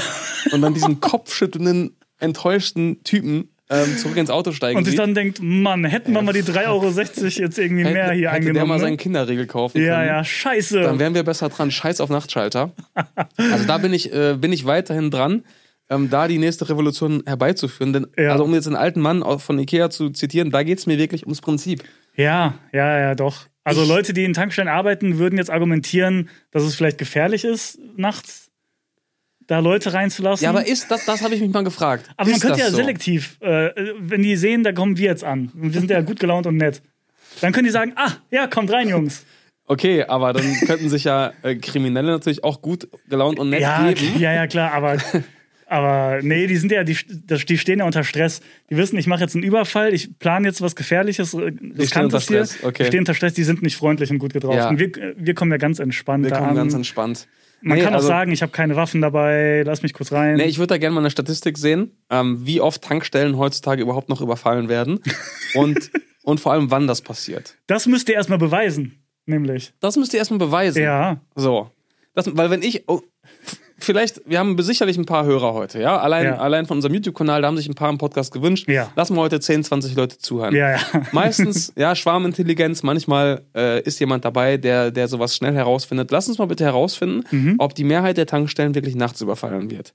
und dann diesen kopfschüttelnden, enttäuschten Typen ähm, zurück ins Auto steigen Und sich sieht. dann denkt, Mann, hätten wir mal die 3,60 Euro jetzt irgendwie mehr hier hätte der mal eingenommen. seinen Ne? Kinderriegel kaufen Ja, können. ja, scheiße. Dann wären wir besser dran. Scheiß auf Nachtschalter. Also da bin ich, äh, bin ich weiterhin dran, ähm, da die nächste Revolution herbeizuführen. Denn, Ja. also um jetzt den alten Mann auch von Ikea zu zitieren, da geht es mir wirklich ums Prinzip. ja, ja, ja, doch. Also Ich- Leute, die in Tankstellen arbeiten, würden jetzt argumentieren, dass es vielleicht gefährlich ist, nachts da Leute reinzulassen. Ja, aber ist das, das habe ich mich mal gefragt. Hm. Aber man ist könnte das ja so? selektiv, äh, wenn die sehen, da kommen wir jetzt an. Und wir sind ja gut gelaunt und nett. Dann können die sagen, ah, ja, kommt rein, Jungs. Okay, aber dann könnten sich ja äh, Kriminelle natürlich auch gut gelaunt und nett Ja, geben. ja, ja, klar, aber, aber nee, die sind ja, die, das- die stehen ja unter Stress. Die wissen, ich mache jetzt einen Überfall, ich plane jetzt was Gefährliches, äh, unter Riskantes hier. Stress, okay. Die stehen unter Stress, die sind nicht freundlich und gut gedrauf. Ja. Und wir, äh, wir kommen ja ganz entspannt Wir da kommen an. ganz entspannt. ähm, Man Nee, kann also- auch sagen, ich habe keine Waffen dabei, lass mich kurz rein. Nee, ich würde da gerne mal eine Statistik sehen, ähm, wie oft Tankstellen heutzutage überhaupt noch überfallen werden und, und vor allem, wann das passiert. das müsst ihr erstmal beweisen, nämlich. Das müsst ihr erstmal beweisen. Ja, So. Das, weil wenn ich. Oh, vielleicht, wir haben sicherlich ein paar Hörer heute, ja? Allein, Ja. allein von unserem YouTube-Kanal, da haben sich ein paar im Podcast gewünscht. Ja. Lassen wir heute 10, 20 Leute zuhören. ja, ja. Meistens, ja, Schwarmintelligenz, manchmal äh, ist jemand dabei, der, der sowas schnell herausfindet. Lass uns mal bitte herausfinden, Mhm. ob die Mehrheit der Tankstellen wirklich nachts überfallen wird.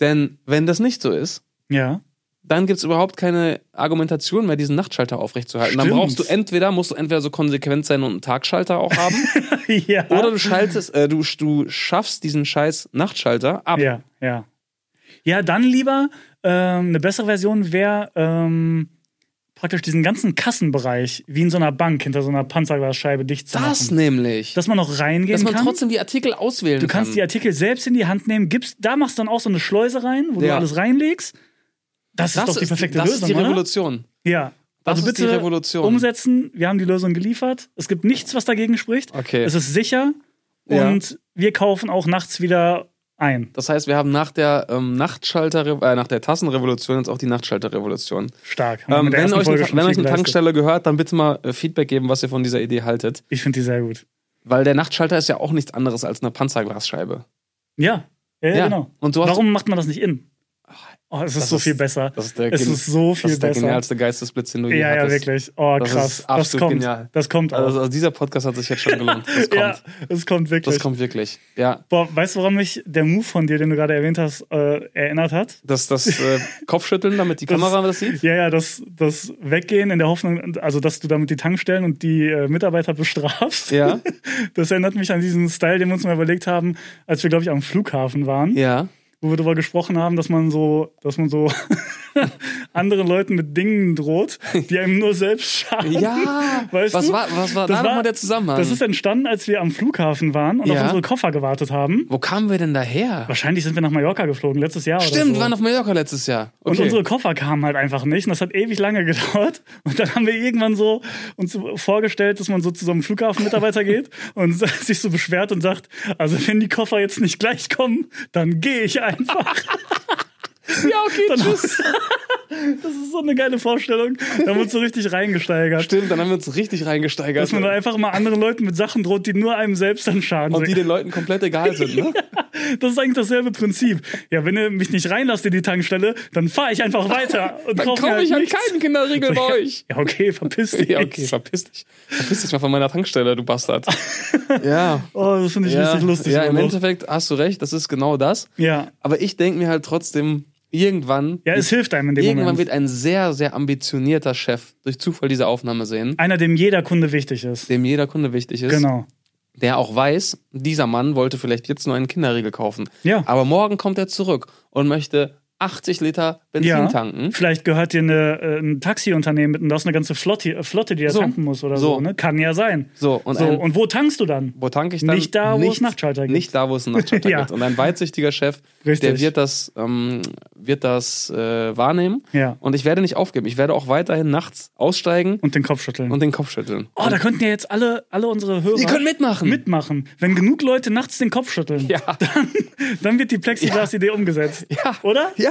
Denn wenn das nicht so ist, Ja, dann gibt es überhaupt keine Argumentation mehr, diesen Nachtschalter aufrechtzuerhalten. Dann Stimmt. brauchst du entweder, musst du entweder so konsequent sein und einen Tagschalter auch haben, ja. oder du schaltest, äh, du, du schaffst diesen scheiß Nachtschalter ab. Ja, ja. Ja, dann lieber ähm, eine bessere Version wäre ähm, praktisch diesen ganzen Kassenbereich wie in so einer Bank hinter so einer Panzerglasscheibe dicht zu machen. Das nämlich. dass man noch reingehen dass man kann. trotzdem die Artikel auswählen Du kannst die kann. Artikel selbst in die Hand nehmen, gibst, da machst du dann auch so eine Schleuse rein, wo du Ja. alles reinlegst. Das, ist doch die perfekte das Lösung, ist die oder? Revolution. Ja. Das also ist bitte die Revolution. umsetzen. Wir haben die Lösung geliefert. Es gibt nichts, was dagegen spricht. Okay. Es ist sicher Ja. und wir kaufen auch nachts wieder ein. Das heißt, wir haben nach der ähm, Nachtschalter, äh, nach der Tassenrevolution jetzt auch die Nachtschalterrevolution. Stark. Haben wir Ähm, mit der wenn ersten euch, ein, Folge schon wenn euch viel ein geleistet. Tanksteller gehört, dann bitte mal äh, Feedback geben, was ihr von dieser Idee haltet. Ich finde die sehr gut. Weil der Nachtschalter ist ja auch nichts anderes als eine Panzerglasscheibe. Ja. Ja, Ja. genau. Und so hast Ah, Warum macht man das nicht in? Oh, es ist das so ist- viel besser. Das ist der, Es gen- ist so das viel ist der besser. genialste Geistesblitz, den du je Ja, ja, hattest. wirklich. Oh, Das ist krass. Das, absolut kommt. genial. Das kommt auch. Also, also dieser Podcast hat sich jetzt schon gelohnt. Das kommt. Ja, es kommt wirklich. Das kommt wirklich. Ja. Boah, weißt du, woran mich der Move von dir, den du gerade erwähnt hast, äh, erinnert hat? Das, das äh, Kopfschütteln, damit die Das- Kamera das sieht. Ja, ja, das, das Weggehen in der Hoffnung, also dass du damit die Tankstellen und die äh, Mitarbeiter bestrafst. Ja. Das erinnert mich an diesen Style, den wir uns mal überlegt haben, als wir, glaube ich, am Flughafen waren, Ja. wo wir darüber gesprochen haben, dass man so, dass man so anderen Leuten mit Dingen droht, die einem nur selbst schaden. Ja. Weißt was du? war, was war Das da war- nochmal der Zusammenhang? Das ist entstanden, als wir am Flughafen waren und auf Ja. unsere Koffer gewartet haben. Wo kamen wir denn daher? Wahrscheinlich sind wir nach Mallorca geflogen, letztes Jahr oder so. Stimmt, wir waren auf Mallorca letztes Jahr. Okay. Und unsere Koffer kamen halt einfach nicht. Und das hat ewig lange gedauert. Und dann haben wir irgendwann so uns vorgestellt, dass man so zu so einem Flughafenmitarbeiter geht und sich so beschwert und sagt, also wenn die Koffer jetzt nicht gleich kommen, dann gehe ich einfach. ja, okay, Dann tschüss. Das ist so eine geile Vorstellung. Da haben wir uns so richtig reingesteigert. Stimmt, dann haben wir uns richtig reingesteigert. Dass man dann einfach mal anderen Leuten mit Sachen droht, die nur einem selbst dann schaden. Und die den Leuten komplett egal sind, ne? Das ist eigentlich dasselbe Prinzip. Ja, wenn ihr mich nicht reinlasst in die Tankstelle, dann fahre ich einfach weiter. Und Dann kaufe mir komme halt ich an nichts. keinen Kinderriegel bei euch. Ja, okay, verpiss dich. Ja, okay, verpiss dich. Verpiss dich mal von meiner Tankstelle, du Bastard. ja. Oh, das finde ich ja, richtig lustig. ja, im immer noch. Endeffekt hast du recht, das ist genau das. ja. Aber ich denke mir halt trotzdem, irgendwann, ja, es hilft einem in dem irgendwann Moment. wird ein sehr, sehr ambitionierter Chef durch Zufall diese Aufnahme sehen, Einer, dem jeder Kunde wichtig ist. dem jeder Kunde wichtig ist, Genau. der auch weiß, dieser Mann wollte vielleicht jetzt nur einen Kinderriegel kaufen. Ja. Aber morgen kommt er zurück und möchte 80 Liter Benzin Ja. tanken. Vielleicht gehört dir eine, äh, ein Taxiunternehmen mit und da ist eine ganze Flotte, äh, Flotte die da So. tanken muss oder so. So. ne? Kann ja sein. So, und, so, ein, und wo tankst du dann? wo tanke ich dann? Nicht da, wo es Nachtschalter gibt. Nicht da, wo es einen Nachtschalter Ja. gibt. Und ein weitsichtiger Chef, Richtig. der wird das, ähm, wird das äh, wahrnehmen. Ja. Und ich werde nicht aufgeben. Ich werde auch weiterhin nachts aussteigen Und den Kopf schütteln. und den Kopf schütteln. oh, da könnten ja jetzt alle, alle unsere Hörer Ihr könnt mitmachen. mitmachen. Wenn genug Leute nachts den Kopf schütteln, Ja. dann wird die Plexiglas-Idee umgesetzt. Ja. Oder? Ja.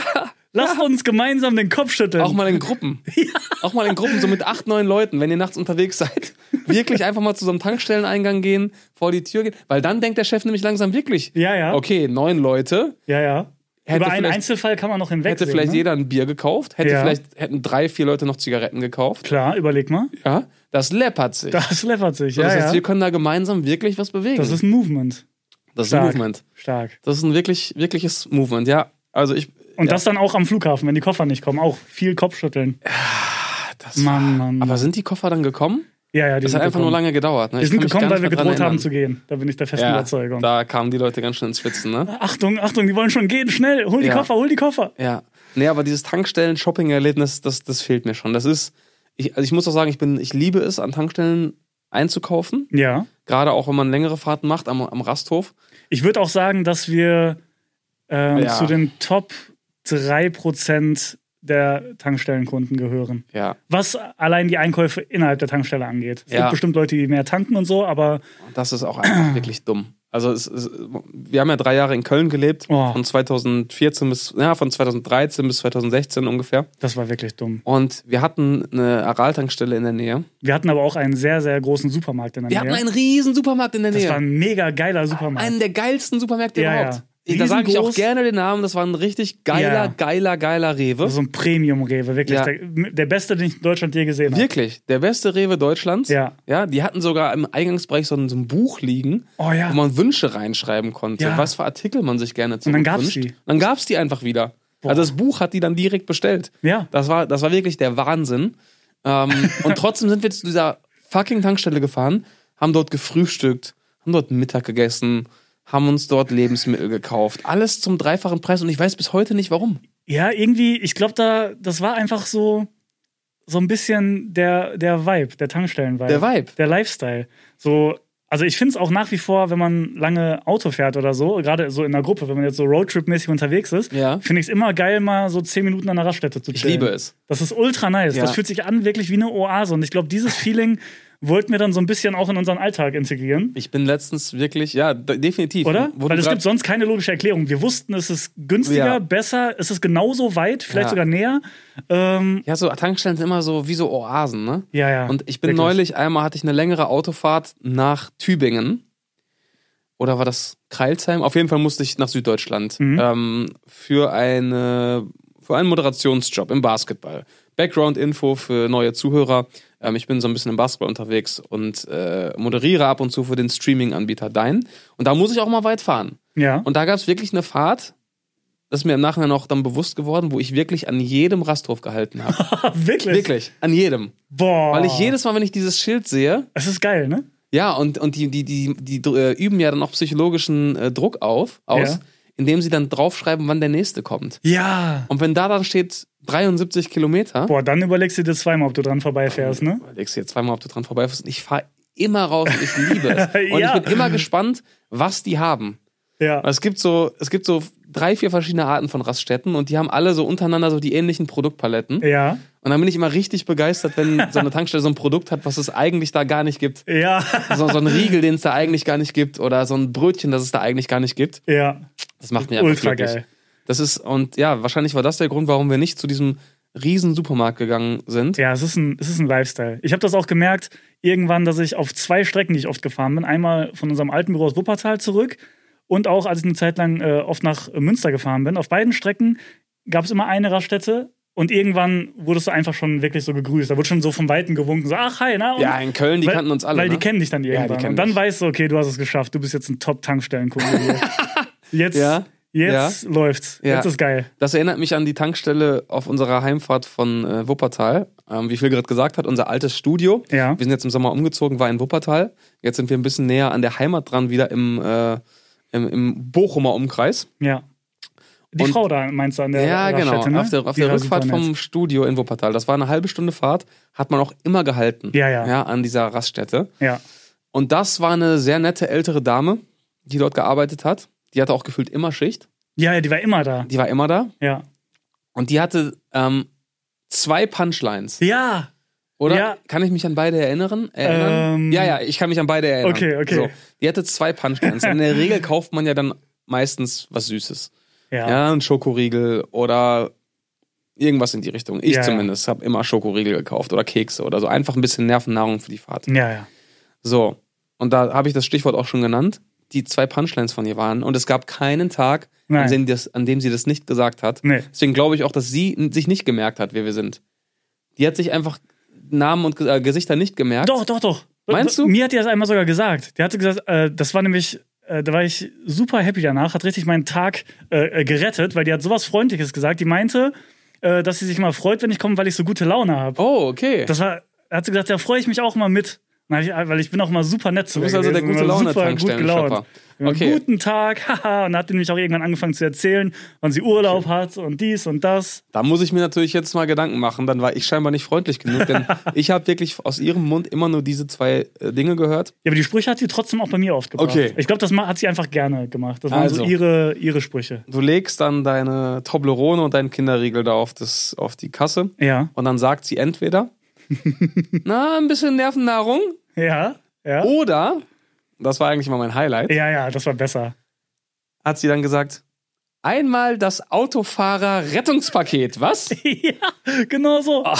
Lasst uns gemeinsam den Kopf schütteln. Auch mal in Gruppen. Auch mal in Gruppen, so mit acht, neun Leuten, wenn ihr nachts unterwegs seid. Wirklich einfach mal zu so einem Tankstelleneingang gehen, vor die Tür gehen. Weil dann denkt der Chef nämlich langsam wirklich, Ja, ja. okay, neun Leute, Ja, ja. Hätte Über einen vielleicht- Einzelfall kann man noch hinweg. hätte vielleicht ne? jeder ein Bier gekauft, hätte Ja. vielleicht, hätten drei, vier Leute noch Zigaretten gekauft. Klar, überleg mal. Ja, das läppert sich. Das läppert sich, So, ja. das heißt, ja. wir können da gemeinsam wirklich was bewegen. Das ist ein Movement. Das ist ein stark. Movement. Stark. Das ist ein wirklich, wirkliches Movement, ja. Also ich. Und ja, das dann auch am Flughafen, wenn die Koffer nicht kommen. Auch viel Kopfschütteln. das Mann, Mann. Mann. Aber sind die Koffer dann gekommen? ja, ja, die Das sind hat einfach gekommen. nur lange gedauert. Ne? Die Ich sind kann mich gekommen, gar weil nicht wir mehr dran gedroht haben erinnern. zu gehen. Da bin ich der festen ja, Überzeugung. Da kamen die Leute ganz schön ins Schwitzen, ne? Achtung, Achtung, die wollen schon gehen. Schnell, hol die Ja. Koffer, hol die Koffer. Ja. Nee, aber dieses Tankstellen-Shopping-Erlebnis, das, das fehlt mir schon. Das ist. Ich, also ich muss auch sagen, ich bin, ich liebe es, an Tankstellen einzukaufen. Ja. Gerade auch wenn man längere Fahrten macht am, am Rasthof. Ich würde auch sagen, dass wir ähm, Ja. zu den Top 3% der Tankstellenkunden gehören. Ja. Was allein die Einkäufe innerhalb der Tankstelle angeht. Es Ja. gibt bestimmt Leute, die mehr tanken und so, aber Und Das ist auch einfach wirklich dumm. Also es, es, wir haben ja drei Jahre in Köln gelebt, Oh. von 2014 bis, ja, von 2013 bis 2016 ungefähr. das war wirklich dumm. Und wir hatten eine Araltankstelle in der Nähe. Wir hatten aber auch einen sehr, sehr großen Supermarkt in der Wir Nähe. hatten einen riesen Supermarkt in der das war Nähe. ein mega geiler Supermarkt. Einen der geilsten Supermärkte Ja, überhaupt. ja. Da sage ich auch Riesengroß. gerne den Namen, das war ein richtig geiler, Ja. geiler, geiler Rewe. so ein Premium-Rewe, wirklich. Ja. Der, der beste, den ich in Deutschland je gesehen habe. Wirklich, der beste Rewe Deutschlands. Ja. ja. Die hatten sogar im Eingangsbereich so ein, so ein Buch liegen, Oh ja. wo man Wünsche reinschreiben konnte, Ja. was für Artikel man sich gerne dann gab's zurückwünscht. die. Dann gab's die einfach wieder. Also das Buch hat die dann direkt bestellt. Ja. Das war, das war wirklich der Wahnsinn. Ähm, und trotzdem sind wir zu dieser fucking Tankstelle gefahren, haben dort gefrühstückt, haben dort Mittag gegessen, haben uns dort Lebensmittel gekauft. Alles zum dreifachen Preis und ich weiß bis heute nicht warum. Ja, irgendwie, ich glaube, da, das war einfach so, so ein bisschen der, der Vibe, der Tankstellen-Vibe. Der Vibe. Der Lifestyle. So, also ich finde es auch nach wie vor, wenn man lange Auto fährt oder so, gerade so in der Gruppe, wenn man jetzt so Roadtrip-mäßig unterwegs ist, Ja. finde ich es immer geil, mal so zehn Minuten an der Raststätte zu Ich chillen. liebe es. Das ist ultra nice. Ja. Das fühlt sich an wirklich wie eine Oase. Und ich glaube, dieses Feeling wollten wir dann so ein bisschen auch in unseren Alltag integrieren. Ich bin letztens wirklich, ja, de- definitiv. Oder? Wo du Weil es grad- gibt sonst keine logische Erklärung. Wir wussten, es ist günstiger, Ja. besser, es ist genauso weit, vielleicht Ja. sogar näher. Ähm, ja, so Tankstellen sind immer so wie so Oasen, ne? ja, ja. Und ich bin Wirklich. neulich einmal hatte ich eine längere Autofahrt nach Tübingen. Oder war das Kreilsheim? Auf jeden Fall musste ich nach Süddeutschland Mhm. ähm, für, eine, für einen Moderationsjob im Basketball. Background-Info für neue Zuhörer. Ähm, ich bin so ein bisschen im Basketball unterwegs und äh, moderiere ab und zu für den Streaming-Anbieter Dein. Und da muss ich auch mal weit fahren. Ja. Und da gab es wirklich eine Fahrt, das ist mir im Nachhinein auch dann bewusst geworden, wo ich wirklich an jedem Rasthof gehalten habe. wirklich? wirklich, an jedem. Boah. Weil ich jedes Mal, wenn ich dieses Schild sehe, Es ist geil, ne? ja, und, und die, die, die, die äh, üben ja dann auch psychologischen äh, Druck auf, aus, Ja. indem sie dann draufschreiben, wann der nächste kommt. Ja. Und wenn da dann steht 73 Kilometer, Boah, dann überlegst du dir zweimal, ob du dran vorbeifährst, ne? legst du jetzt zweimal, ob du dran vorbeifährst, und ich fahre immer raus und ich liebe es. Und Ja. ich bin immer gespannt, was die haben. Ja. Es gibt so, es gibt so drei, vier verschiedene Arten von Raststätten und die haben alle so untereinander so die ähnlichen Produktpaletten. Ja. Und dann bin ich immer richtig begeistert, wenn so eine Tankstelle so ein Produkt hat, was es eigentlich da gar nicht gibt. Ja. so, so ein Riegel, den es da eigentlich gar nicht gibt, oder so ein Brötchen, das es da eigentlich gar nicht gibt. ja. Das macht mich einfach Ultra glücklich. geil. Das ist, und ja, wahrscheinlich war das der Grund, warum wir nicht zu diesem riesen Supermarkt gegangen sind. Ja, es ist ein, es ist ein Lifestyle. Ich habe das auch gemerkt, irgendwann, dass ich auf zwei Strecken, die ich oft gefahren bin, einmal von unserem alten Büro aus Wuppertal zurück und auch, als ich eine Zeit lang äh, oft nach Münster gefahren bin, auf beiden Strecken gab es immer eine Raststätte und irgendwann wurdest du einfach schon wirklich so gegrüßt. Da wurde schon so vom Weiten gewunken, so, ach, hi, na, und? Ja, in Köln, die weil, kannten uns alle. Weil ne? die kennen dich dann die irgendwann. kennen und dann mich. weißt du, okay, du hast es geschafft, du bist jetzt ein Top-Tankstellenkunde hier. Jetzt, Ja, jetzt läuft's. Ja. Jetzt ist geil. Das erinnert mich an die Tankstelle auf unserer Heimfahrt von äh, Wuppertal. Ähm, wie Phil gerade gesagt hat, unser altes Studio. Ja. Wir sind jetzt im Sommer umgezogen, war in Wuppertal. Jetzt sind wir ein bisschen näher an der Heimat dran, wieder im, äh, im, im Bochumer Umkreis. Ja. Die Und- Frau da meinst du an der Ja, genau. Raststätte, ne? Auf der, auf Die der war Rückfahrt super nett. vom Studio in Wuppertal, das war eine halbe Stunde Fahrt, hat man auch immer gehalten. Ja, ja. ja an dieser Raststätte. Ja. Und das war eine sehr nette ältere Dame, die dort gearbeitet hat. Die hatte auch gefühlt immer Schicht. ja, ja, die war immer da. Die war immer da. Ja. Und die hatte ähm, zwei Punchlines. Ja. Oder Ja. kann ich mich an beide erinnern? erinnern? Ähm. ja, ja, ich kann mich an beide erinnern. Okay, okay. So, die hatte zwei Punchlines. Und in der Regel kauft man ja dann meistens was Süßes. Ja. Ja, ein Schokoriegel oder irgendwas in die Richtung. Ich Ja, ja. zumindest habe immer Schokoriegel gekauft oder Kekse oder so. Einfach ein bisschen Nervennahrung für die Fahrt. Ja, ja. So, und da habe ich das Stichwort auch schon genannt, die zwei Punchlines von ihr waren. Und es gab keinen Tag, an Nein. dem, das, an dem sie das nicht gesagt hat. Nee. Deswegen glaube ich auch, dass sie n- sich nicht gemerkt hat, wer wir sind. Die hat sich einfach Namen und Ge- äh, Gesichter nicht gemerkt. Doch, doch, doch. Meinst du? Mir hat die das einmal sogar gesagt. Die hatte gesagt, äh, das war nämlich, äh, da war ich super happy danach, hat richtig meinen Tag äh, äh, gerettet, weil die hat sowas Freundliches gesagt. Die meinte, äh, dass sie sich mal freut, wenn ich komme, weil ich so gute Laune habe. Oh, okay. Das war, hat sie gesagt, da freue ich mich auch mal mit. Na, ich, weil ich bin auch mal super nett zu Du ihr bist also der gewesen, gute immer Laune super gut Tankstellen-Shopper. gelaunt. Okay. Guten Tag, haha. Und hat nämlich auch irgendwann angefangen zu erzählen, wann sie Urlaub hat und dies und das. Da muss ich mir natürlich jetzt mal Gedanken machen. Dann war ich scheinbar nicht freundlich genug, denn ich habe wirklich aus ihrem Mund immer nur diese zwei äh, Dinge gehört. Ja, aber die Sprüche hat sie trotzdem auch bei mir oft gebracht. Okay. Ich glaube, das ma- hat sie einfach gerne gemacht. Das waren so Also. ihre, ihre Sprüche. Du legst dann deine Toblerone und deinen Kinderriegel da auf, das, auf die Kasse. Ja. Und dann sagt sie entweder, na, ein bisschen Nervennahrung. Ja. Ja. Oh. Oder, das war eigentlich immer mein Highlight, Ja, ja, das war besser. hat sie dann gesagt, einmal das Autofahrer-Rettungspaket, was? ja, genau so. Und Ah,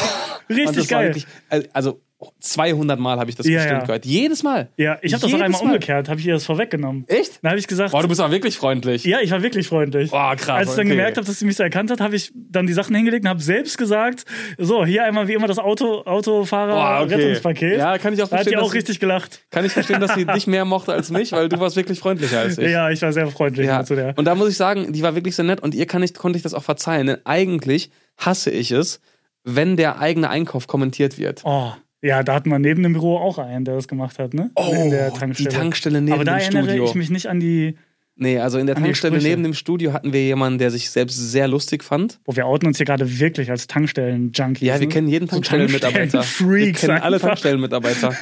das Richtig war geil. wirklich, also 200 Mal habe ich das Ja, bestimmt ja. gehört. Jedes Mal. Ja, ich habe das auch Jedes einmal Mal. umgekehrt, habe ich ihr das vorweggenommen. Echt? Dann habe ich gesagt, Boah, du bist aber wirklich freundlich. ja, ich war wirklich freundlich. Boah, krass. Als ich dann okay. gemerkt habe, dass sie mich so erkannt hat, habe ich dann die Sachen hingelegt und habe selbst gesagt, so, hier einmal wie immer das Auto, Boah, okay. Autofahrer-Rettungspaket. Ja, kann ich auch Da hat die verstehen. auch dass sie, richtig gelacht. kann ich verstehen, dass sie dich mehr mochte als mich, weil du warst wirklich freundlicher als ich. Ja, ich war sehr freundlich Ja. zu der. Und da muss ich sagen, die war wirklich sehr nett und ihr kann ich, konnte ich das auch verzeihen, denn eigentlich hasse ich es, wenn der eigene Einkauf kommentiert wird. Oh, ja, da hatten wir neben dem Büro auch einen, der das gemacht hat, ne? In der Tankstelle. Oh, die Tankstelle neben Aber da dem erinnere Studio. ich mich nicht an die Nee, also in der An die Tankstelle Sprüche. neben dem Studio hatten wir jemanden, der sich selbst sehr lustig fand. Boah, wir outen uns hier gerade wirklich als Tankstellen-Junkies. Ja, wir ne? kennen jeden So Tankstellenmitarbeiter. wir Tankstellen-Freaks kennen alle einfach. Tankstellenmitarbeiter.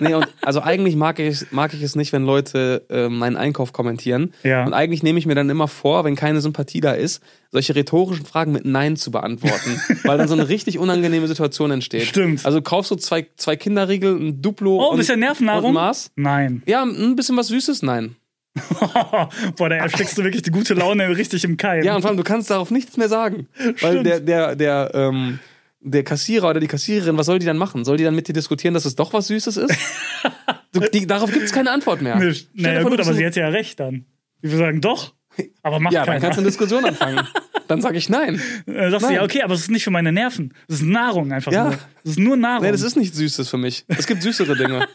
nee, und also eigentlich mag ich, mag ich es nicht, wenn Leute äh, meinen Einkauf kommentieren. Ja. Und eigentlich nehme ich mir dann immer vor, wenn keine Sympathie da ist, solche rhetorischen Fragen mit Nein zu beantworten, weil dann so eine richtig unangenehme Situation entsteht. Stimmt. Also kaufst du zwei, zwei Kinderriegel, ein Duplo Oh, ein und, bisschen Nervennahrung? und Mars. Nein. Ja, ein bisschen was Süßes, nein. Boah, da erstickst du wirklich die gute Laune richtig im Keim. Ja, und vor allem, du kannst darauf nichts mehr sagen. Weil Stimmt. der, der, der, ähm, der Kassierer oder die Kassiererin, was soll die dann machen? Soll die dann mit dir diskutieren, dass es doch was Süßes ist? du, die, darauf gibt es keine Antwort mehr. Nee, Stell dir naja, vor, gut, du aber bist sie so- hätte ja recht dann. Die würde sagen, doch, aber macht Ja, dann keiner. kannst du eine Diskussion anfangen. dann sage ich nein. Äh, sagst du, Nein. ja, okay, aber es ist nicht für meine Nerven. Es ist Nahrung einfach Ja. nur. Es ist nur Nahrung. Nee, das ist nicht Süßes für mich. Es gibt süßere Dinge.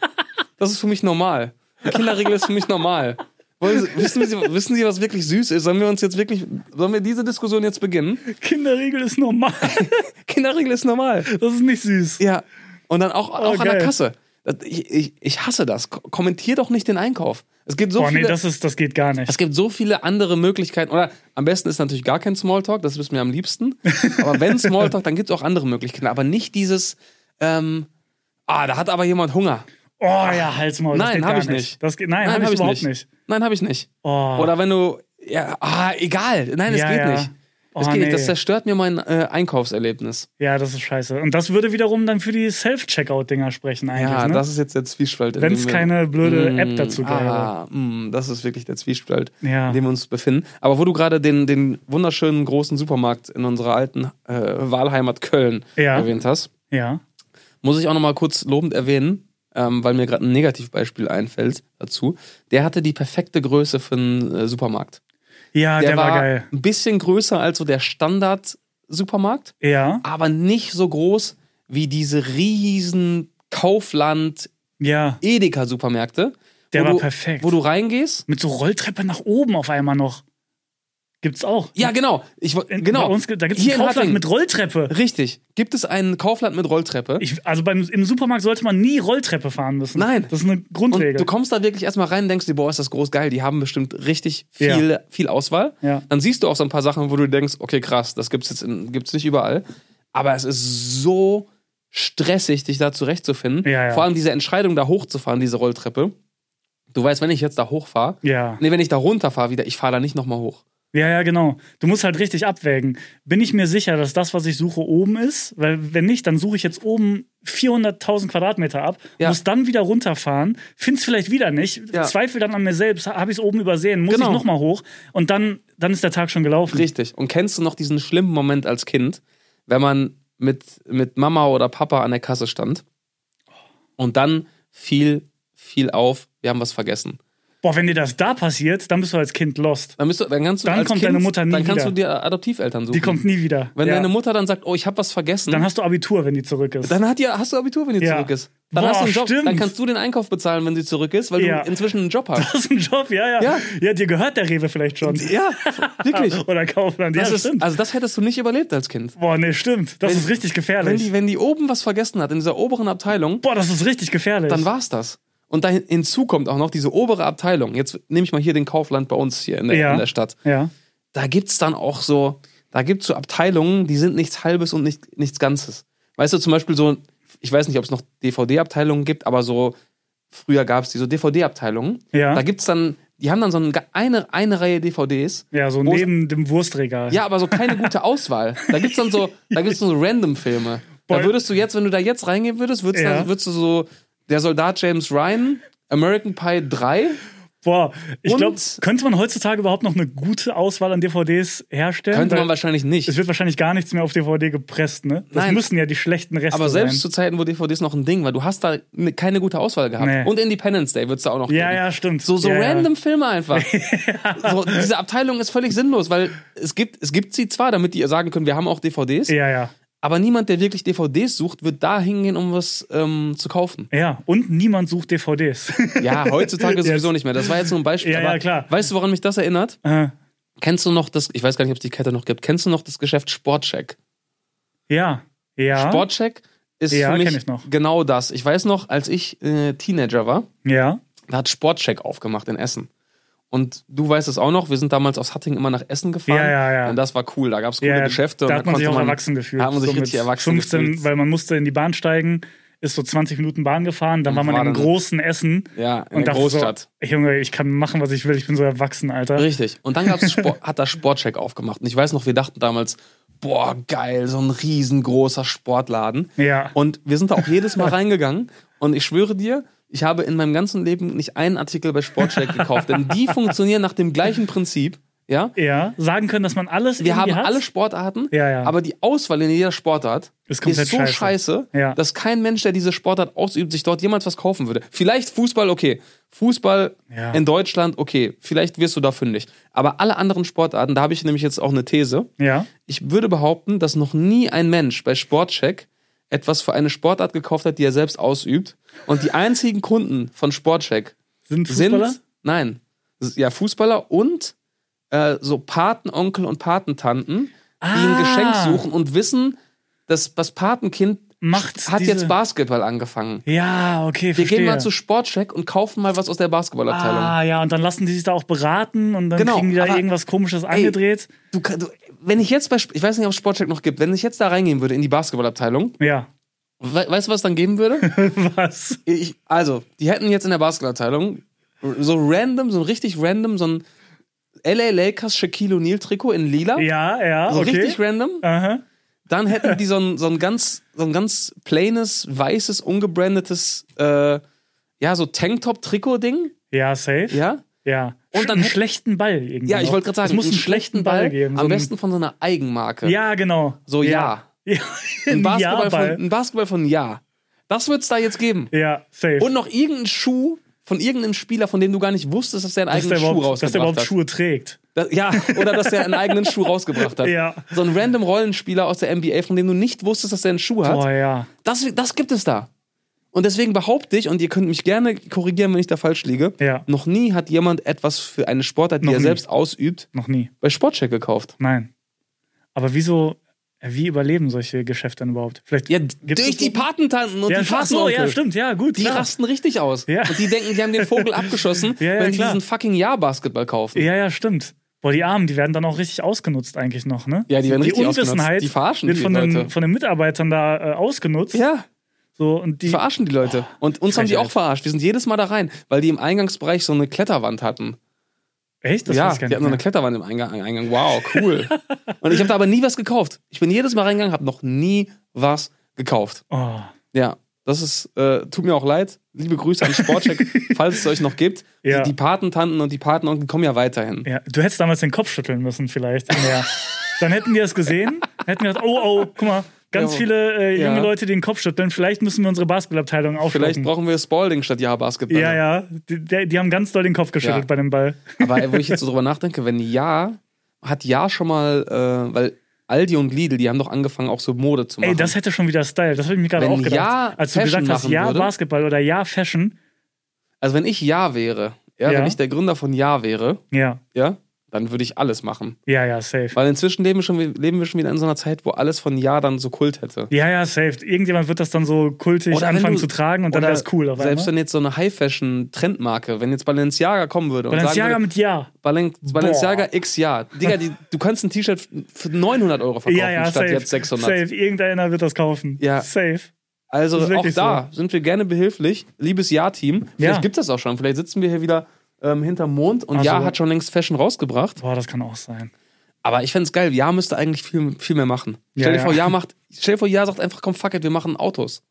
Das ist für mich normal. Eine Kinderregel ist für mich normal. Wollen Sie, wissen, Sie, wissen Sie, was wirklich süß ist? Sollen wir uns jetzt wirklich, sollen wir diese Diskussion jetzt beginnen? Kinderriegel ist normal. Kinderregel ist normal. Das ist nicht süß. Ja. Und dann auch, auch an der Oh, geil. Kasse. Das- Ich, ich, ich hasse das. Ko- Kommentier doch nicht den Einkauf. Es gibt so Boah, nee, viele. das, ist, das geht gar nicht. es gibt so viele andere Möglichkeiten. Oder am besten ist natürlich gar kein Smalltalk, das ist mir am liebsten. Aber wenn Smalltalk, dann gibt es auch andere Möglichkeiten. Aber nicht dieses, ähm, ah, da hat aber jemand Hunger. Oh ja, Halsmaul. das Nein, geht hab gar ich nicht. Das geht, nein, habe ich überhaupt nicht. Nein, habe ich nicht. Oh. Oder wenn du, ja, ah, egal. Nein, es Ja, geht ja. nicht. Oh, Es geht nee. nicht. Das zerstört mir mein äh, Einkaufserlebnis. Ja, das ist scheiße. Und das würde wiederum dann für die Self-Checkout-Dinger sprechen eigentlich. Ja, ne? das ist jetzt der Zwiespalt. in Wenn dem es wir- keine blöde Mm, App dazu gäbe. Ah, mm, das ist wirklich der Zwiespalt, Ja. in dem wir uns befinden. Aber wo du gerade den, den wunderschönen großen Supermarkt in unserer alten äh, Wahlheimat Köln Ja. erwähnt hast, ja. muss ich auch nochmal kurz lobend erwähnen, ähm, weil mir gerade ein Negativbeispiel einfällt dazu. Der hatte die perfekte Größe für einen äh, Supermarkt. Ja, Ah, der, war, geil. ein bisschen größer als so der Standard-Supermarkt Ja, aber nicht so groß wie diese riesen Kaufland ja. Edeka Supermärkte. Der wo war du, perfekt. Wo du reingehst. Mit so Rolltreppe nach oben auf einmal noch. Gibt's auch. Ja, genau. Ich, wo- In- genau. Bei uns, gibt- da gibt's Hier einen in Kaufland Hattingen. mit Rolltreppe. Richtig. Gibt es einen Kaufland mit Rolltreppe? Ich, also beim, im Supermarkt sollte man nie Rolltreppe fahren müssen. Nein. Das ist eine und Grundregel. du kommst da wirklich erstmal rein und denkst dir, boah, ist das groß geil, die haben bestimmt richtig viel, viel Auswahl. Ja. Dann siehst du auch so ein paar Sachen, wo du denkst, okay, krass, das gibt's jetzt in, gibt's nicht überall. Aber es ist so stressig, dich da zurechtzufinden. Ja, ja. Vor allem diese Entscheidung, da hochzufahren, diese Rolltreppe. Du weißt, wenn ich jetzt da hochfahre, ja. Nee, wenn ich da runterfahre wieder, ich fahre da nicht nochmal hoch. ja, ja, genau. Du musst halt richtig abwägen. Bin ich mir sicher, dass das, was ich suche, oben ist? Weil wenn nicht, dann suche ich jetzt oben 400.000 Quadratmeter ab, Ja. muss dann wieder runterfahren, find's vielleicht wieder nicht, Ja. zweifle dann an mir selbst, habe ich es oben übersehen, muss Genau. ich nochmal hoch und dann, dann ist der Tag schon gelaufen. Richtig. Und kennst du noch diesen schlimmen Moment als Kind, wenn man mit, mit Mama oder Papa an der Kasse stand und dann fiel, fiel auf, wir haben was vergessen. Boah, wenn dir das da passiert, dann bist du als Kind lost. Dann, bist du, dann, kannst du Dann als kommt kind, deine Mutter nie Dann kannst wieder. du dir Adoptiveltern suchen. Die kommt nie wieder. wenn ja. deine Mutter dann sagt, oh, ich habe was vergessen, dann hast du Abitur, wenn die zurück ist. dann hat die, hast du Abitur, wenn die Ja. zurück ist. Dann Boah, hast du einen Job, stimmt. dann kannst du den Einkauf bezahlen, wenn sie zurück ist, weil Ja. du inzwischen einen Job hast. das ist ein Job, ja, ja. Ja. Ja, dir gehört der Rewe vielleicht schon. ja, wirklich. Oder Kaufland, ja, Das ist, stimmt. also das hättest du nicht überlebt als Kind. Boah, nee, stimmt. Das Wenn- ist richtig Wenn gefährlich. die, wenn die oben was vergessen hat, in dieser oberen Abteilung, Boah, das ist richtig gefährlich. dann war's das. Und da hinzu kommt auch noch diese obere Abteilung. Jetzt nehme ich mal hier den Kaufland bei uns hier in der, Ja. in der Stadt. ja. Da gibt's dann auch so, da gibt's so Abteilungen, die sind nichts Halbes und nicht, nichts Ganzes. Weißt du, zum Beispiel so, ich weiß nicht, ob es noch DVD-Abteilungen gibt, aber so, früher gab's die so DVD-Abteilungen. Ja. Da gibt's dann, die haben dann so eine, eine, eine Reihe DVDs. ja, so wo es- neben dem Wurstregal. Ja, aber so keine gute Auswahl. Da gibt's dann so, da gibt's so random Filme. Da Boah. würdest du jetzt, wenn du da jetzt reingehen würdest, würdest, Ja. da, würdest du so der Soldat James Ryan, American Pie 3. Boah, ich Und- glaube, könnte man heutzutage überhaupt noch eine gute Auswahl an DVDs herstellen? Könnte Weil man wahrscheinlich es nicht. wird wahrscheinlich gar nichts mehr auf DVD gepresst, ne? Das Nein. müssen ja die schlechten Reste Aber selbst sein. zu Zeiten, wo DVDs noch ein Ding war, du hast da ne- keine gute Auswahl gehabt. Nee. Und Independence Day wird's da auch noch Ja, geben. ja, stimmt. So, so ja, ja. random Filme einfach. so, diese Abteilung ist völlig sinnlos, weil es gibt, es gibt sie zwar, damit die sagen können, wir haben auch DVDs, Ja, ja. aber niemand, der wirklich DVDs sucht, wird da hingehen, um was ähm, zu kaufen. Ja, und niemand sucht DVDs. Ja, heutzutage sowieso nicht mehr. Das war jetzt nur ein Beispiel. Ja, ja, aber klar. Weißt du, woran mich das erinnert? Äh, Kennst du noch das, ich weiß gar nicht, ob es die Kette noch gibt, kennst du noch das Geschäft Sportcheck? ja, ja. Sportcheck ist Ah? Ja, für mich kenn ich noch. genau das. Ich weiß noch, als ich äh, Teenager war, Ja. da hat Sportcheck aufgemacht in Essen. Und du weißt es auch noch, wir sind damals aus Hattingen immer nach Essen gefahren. Ja, ja, ja. Und das war cool. Da gab es coole Ja, Geschäfte. Da und hat man sich konnte auch erwachsen gefühlt. Da hat man sich so richtig mit erwachsen 15, gefühlt. weil man musste in die Bahn steigen, ist so 20 Minuten Bahn gefahren, dann Und war man war im dann- großen Essen. Ja, in und der dachte Großstadt. So, Junge, ich kann machen, was ich will, ich bin so erwachsen, Alter. Richtig. Und dann gab's Sport, hat das Sportcheck aufgemacht. Und ich weiß noch, wir dachten damals, boah, geil, so ein riesengroßer Sportladen. Ja. Und wir sind da auch jedes Mal reingegangen. Und ich schwöre dir, ich habe in meinem ganzen Leben nicht einen Artikel bei Sportcheck gekauft, denn die funktionieren nach dem gleichen Prinzip. Ja, ja, sagen können, dass man alles wir irgendwie haben hat. alle Sportarten, Ja, ja. aber die Auswahl in jeder Sportart Ist ist, komplett so scheiße. scheiße, Ja. dass kein Mensch, der diese Sportart ausübt, sich dort jemals was kaufen würde. Vielleicht Fußball, okay. Fußball Ja. in Deutschland, okay. Vielleicht wirst du da fündig. Aber alle anderen Sportarten, da habe ich nämlich jetzt auch eine These. Ja. Ich würde behaupten, dass noch nie ein Mensch bei Sportcheck etwas für eine Sportart gekauft hat, die er selbst ausübt. Und die einzigen Kunden von Sportcheck Sind Fußballer? sind. Nein. S- Ja, Fußballer und äh, so Patenonkel und Patentanten, die Ah. ein Geschenk suchen und wissen, dass das Patenkind Macht hat diese- jetzt Basketball angefangen. Ja, okay, Wir verstehe. gehen mal zu Sportcheck und kaufen mal was aus der Basketballabteilung. Ah, ja, und dann lassen die sich da auch beraten und dann Genau, kriegen die da aber- irgendwas komisches angedreht. Du, kann- du, wenn ich jetzt bei, Sp- ich weiß nicht, ob es Sportcheck noch gibt, wenn ich jetzt da reingehen würde in die Basketballabteilung, Ja. we weißt du, was es dann geben würde? Was? ich, also, die hätten jetzt in der Basketballabteilung so random, so ein richtig random, so ein LA Lakers Shaquille O'Neal Trikot in lila. Ja, ja, So okay. richtig random. Aha. Dann hätten die so ein, so ein ganz, so ein ganz plaines, weißes, ungebrandetes, äh, ja, so Tanktop-Trikot-Ding, Ja, safe. ja? Ja. Und dann einen hätt- schlechten Ball irgendwie. Ja, ich noch. wollte gerade sagen, Es muss einen schlechten Ball, geben. so Am einen- besten von so einer Eigenmarke. Ja, genau. So, ja. ja. Ein Basketball, Ja-Ball. von, ein Basketball von Ja. Das wird's da jetzt geben. Ja, safe. Und noch irgendein Schuh von irgendeinem Spieler, von dem du gar nicht wusstest, dass der einen dass der eigenen Schuh überhaupt, dass der rausgebracht überhaupt hat. Schuhe trägt. Das, ja, oder dass der einen eigenen Schuh rausgebracht hat. Ja. So ein random Rollenspieler aus der NBA, von dem du nicht wusstest, dass er einen Schuh hat. Boah, ja. Das, das gibt es da. Und deswegen behaupte ich, und ihr könnt mich gerne korrigieren, wenn ich da falsch liege, Ja. noch nie hat jemand etwas für eine Sportart, die Noch er nie. selbst ausübt, Noch nie. bei Sportcheck gekauft. Nein. Aber wieso, wie überleben solche Geschäfte denn überhaupt? Vielleicht Ja, gibt's durch das die so? Patentanten und Ja, die ach so, Patenonkel. ja, stimmt, ja, gut. Die klar. rasten richtig aus. Ja. Und die denken, die haben den Vogel abgeschossen, Ja, ja, wenn die klar. diesen fucking Ja-Basketball kaufen. Ja, ja, stimmt. Boah, die Armen, die werden dann auch richtig ausgenutzt eigentlich noch, ne? Ja, die werden die richtig ausgenutzt. Unwissenheit Die verarschen wird die von den, Leute. von den Mitarbeitern da äh, ausgenutzt. Ja, So, und die, die verarschen die Leute. Und uns haben die Frechheit. auch verarscht. Wir sind jedes Mal da rein, weil die im Eingangsbereich so eine Kletterwand hatten. echt? Das ja, weiß ich die hatten gar nicht so eine mehr. Kletterwand im Eingang. Eingang. Wow, cool. und ich habe da aber nie was gekauft. Ich bin jedes Mal reingegangen, habe noch nie was gekauft. Oh, Ja, das ist, äh, tut mir auch leid. Liebe Grüße an Sportcheck, falls es euch noch gibt. Ja. Die, die Patentanten und die Patenonkel kommen ja weiterhin. ja. Du hättest damals den Kopf schütteln müssen vielleicht. Ja. dann hätten die das gesehen, hätten gedacht, oh, oh, guck mal, ganz Ja. viele äh, junge Ja. Leute, die den Kopf schütteln. Vielleicht müssen wir unsere Basketballabteilung aufstocken. Vielleicht brauchen wir Spalding statt Ja-Basketball. hm. ja, ja, die, der- die haben ganz doll den Kopf geschüttelt Ja. bei dem Ball. Aber ey, wo ich jetzt so drüber nachdenke, wenn Ja, hat Ja schon mal, äh, weil Aldi und Lidl, die haben doch angefangen, auch so Mode zu machen. Ey, das hätte schon wieder Style. Das habe ich mir gerade Wenn auch gedacht. Ja Als du Fashion gesagt hast, machen ja würde. Basketball oder ja Fashion. also wenn ich Ja wäre, ja, Ja. wenn ich der Gründer von Ja wäre, Ja, ja, dann würde ich alles machen. ja, ja, safe. Weil inzwischen leben wir, schon, leben wir schon wieder in so einer Zeit, wo alles von Ja dann so Kult hätte. Ja, ja, safe. Irgendjemand wird das dann so kultig Oder wenn anfangen du- zu tragen und dann Oder wäre es cool. Auf selbst einmal. wenn jetzt so eine High-Fashion-Trendmarke, wenn jetzt Balenciaga kommen würde und Balenciaga sagen mit Ja. würde, Balen Balenciaga X Ja. Digga, die, du kannst ein T-Shirt für 900 Euro verkaufen Ja, ja, statt safe. jetzt 600. Safe. Irgendeiner wird das kaufen. Ja. Safe. Also Das ist auch wirklich da sind wir gerne behilflich. Liebes Ja-Team, vielleicht Ja. gibt es das auch schon. Vielleicht sitzen wir hier wieder ähm, hinterm Mond und Ach Ja so. hat schon längst Fashion rausgebracht. Boah, das kann auch sein. Aber ich fänd's geil. Ja müsste eigentlich viel, viel mehr machen. Ja, stell dir ja. vor, Ja macht, stell dir vor, Ja sagt einfach, komm, fuck it, wir machen Autos.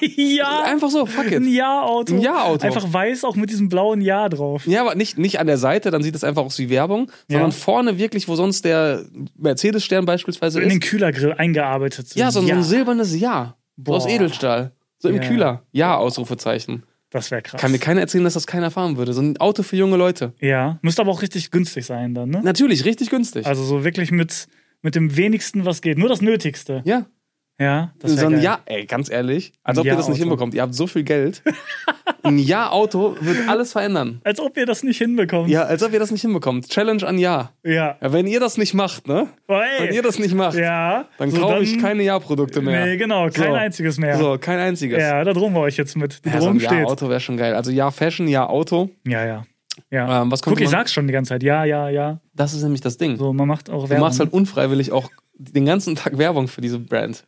ja, Einfach so, fuck ein it. Ja-Auto. Ein Ja-Auto. Einfach weiß, auch mit diesem blauen Ja drauf. Ja, aber nicht, nicht an der Seite, dann sieht das einfach aus wie Werbung, sondern Ja. vorne wirklich, wo sonst der Mercedes-Stern beispielsweise So in den ist. Kühlergrill eingearbeitet. Ja, so ein, so ein silbernes Ja. Boah. Aus Edelstahl. So im Ja. Kühler. Ja, Ausrufezeichen. Das wäre krass. Kann mir keiner erzählen, dass das keiner fahren würde. So ein Auto für junge Leute. ja, müsste aber auch richtig günstig sein dann, ne? Natürlich, richtig günstig. Also so wirklich mit, mit dem wenigsten, was geht. Nur das Nötigste. Ja, Ja, das so wäre ein geil. Ja, ey, ganz ehrlich, als Ein ob ihr das nicht Ja-Auto. hinbekommt. Ihr habt so viel Geld. Ein Ja-Auto wird alles verändern. Als ob ihr das nicht hinbekommt. Ja, als ob ihr das nicht hinbekommt. Challenge an Ja. Ja. ja wenn ihr das nicht macht, ne? Oh, ey. Wenn ihr das nicht macht, ja. dann so kaufe ich keine Ja-Produkte mehr. Nee, genau, kein So. einziges mehr. So, kein einziges. Ja, da drohen wir euch jetzt mit. Da Ja, so ein drum steht. Ja-Auto wäre schon geil. Also Ja-Fashion, Ja-Auto. Ja, ja. Ja. Ähm, was Guck, könnte ich man, sag's schon die ganze Zeit. Ja, ja, ja. das ist nämlich das Ding. So, man macht auch du Werbung. machst halt unfreiwillig auch den ganzen Tag Werbung für diese Brand.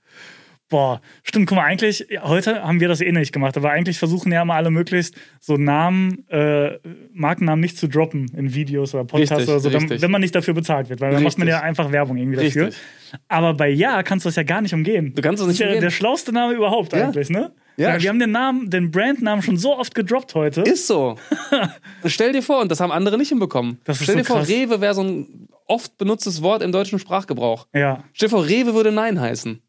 Boah, stimmt, guck mal, eigentlich, ja, heute haben wir das eh nicht gemacht, aber eigentlich versuchen ja immer alle möglichst so Namen, äh, Markennamen nicht zu droppen in Videos oder Podcasts Richtig, oder so, dann, richtig. wenn man nicht dafür bezahlt wird, weil dann macht man ja Richtig. einfach Werbung irgendwie dafür. Richtig. Aber bei Ja kannst du das ja gar nicht umgehen. Du kannst es nicht der, umgehen. der schlauste Name überhaupt Ja. eigentlich, ne? Ja. wir haben den Namen, den Brandnamen schon so oft gedroppt heute. Ist so. Stell dir vor, und das haben andere nicht hinbekommen. Das ist Stell so dir vor, krass. Rewe wäre so ein oft benutztes Wort im deutschen Sprachgebrauch. ja, Stell dir vor, Rewe würde Nein heißen.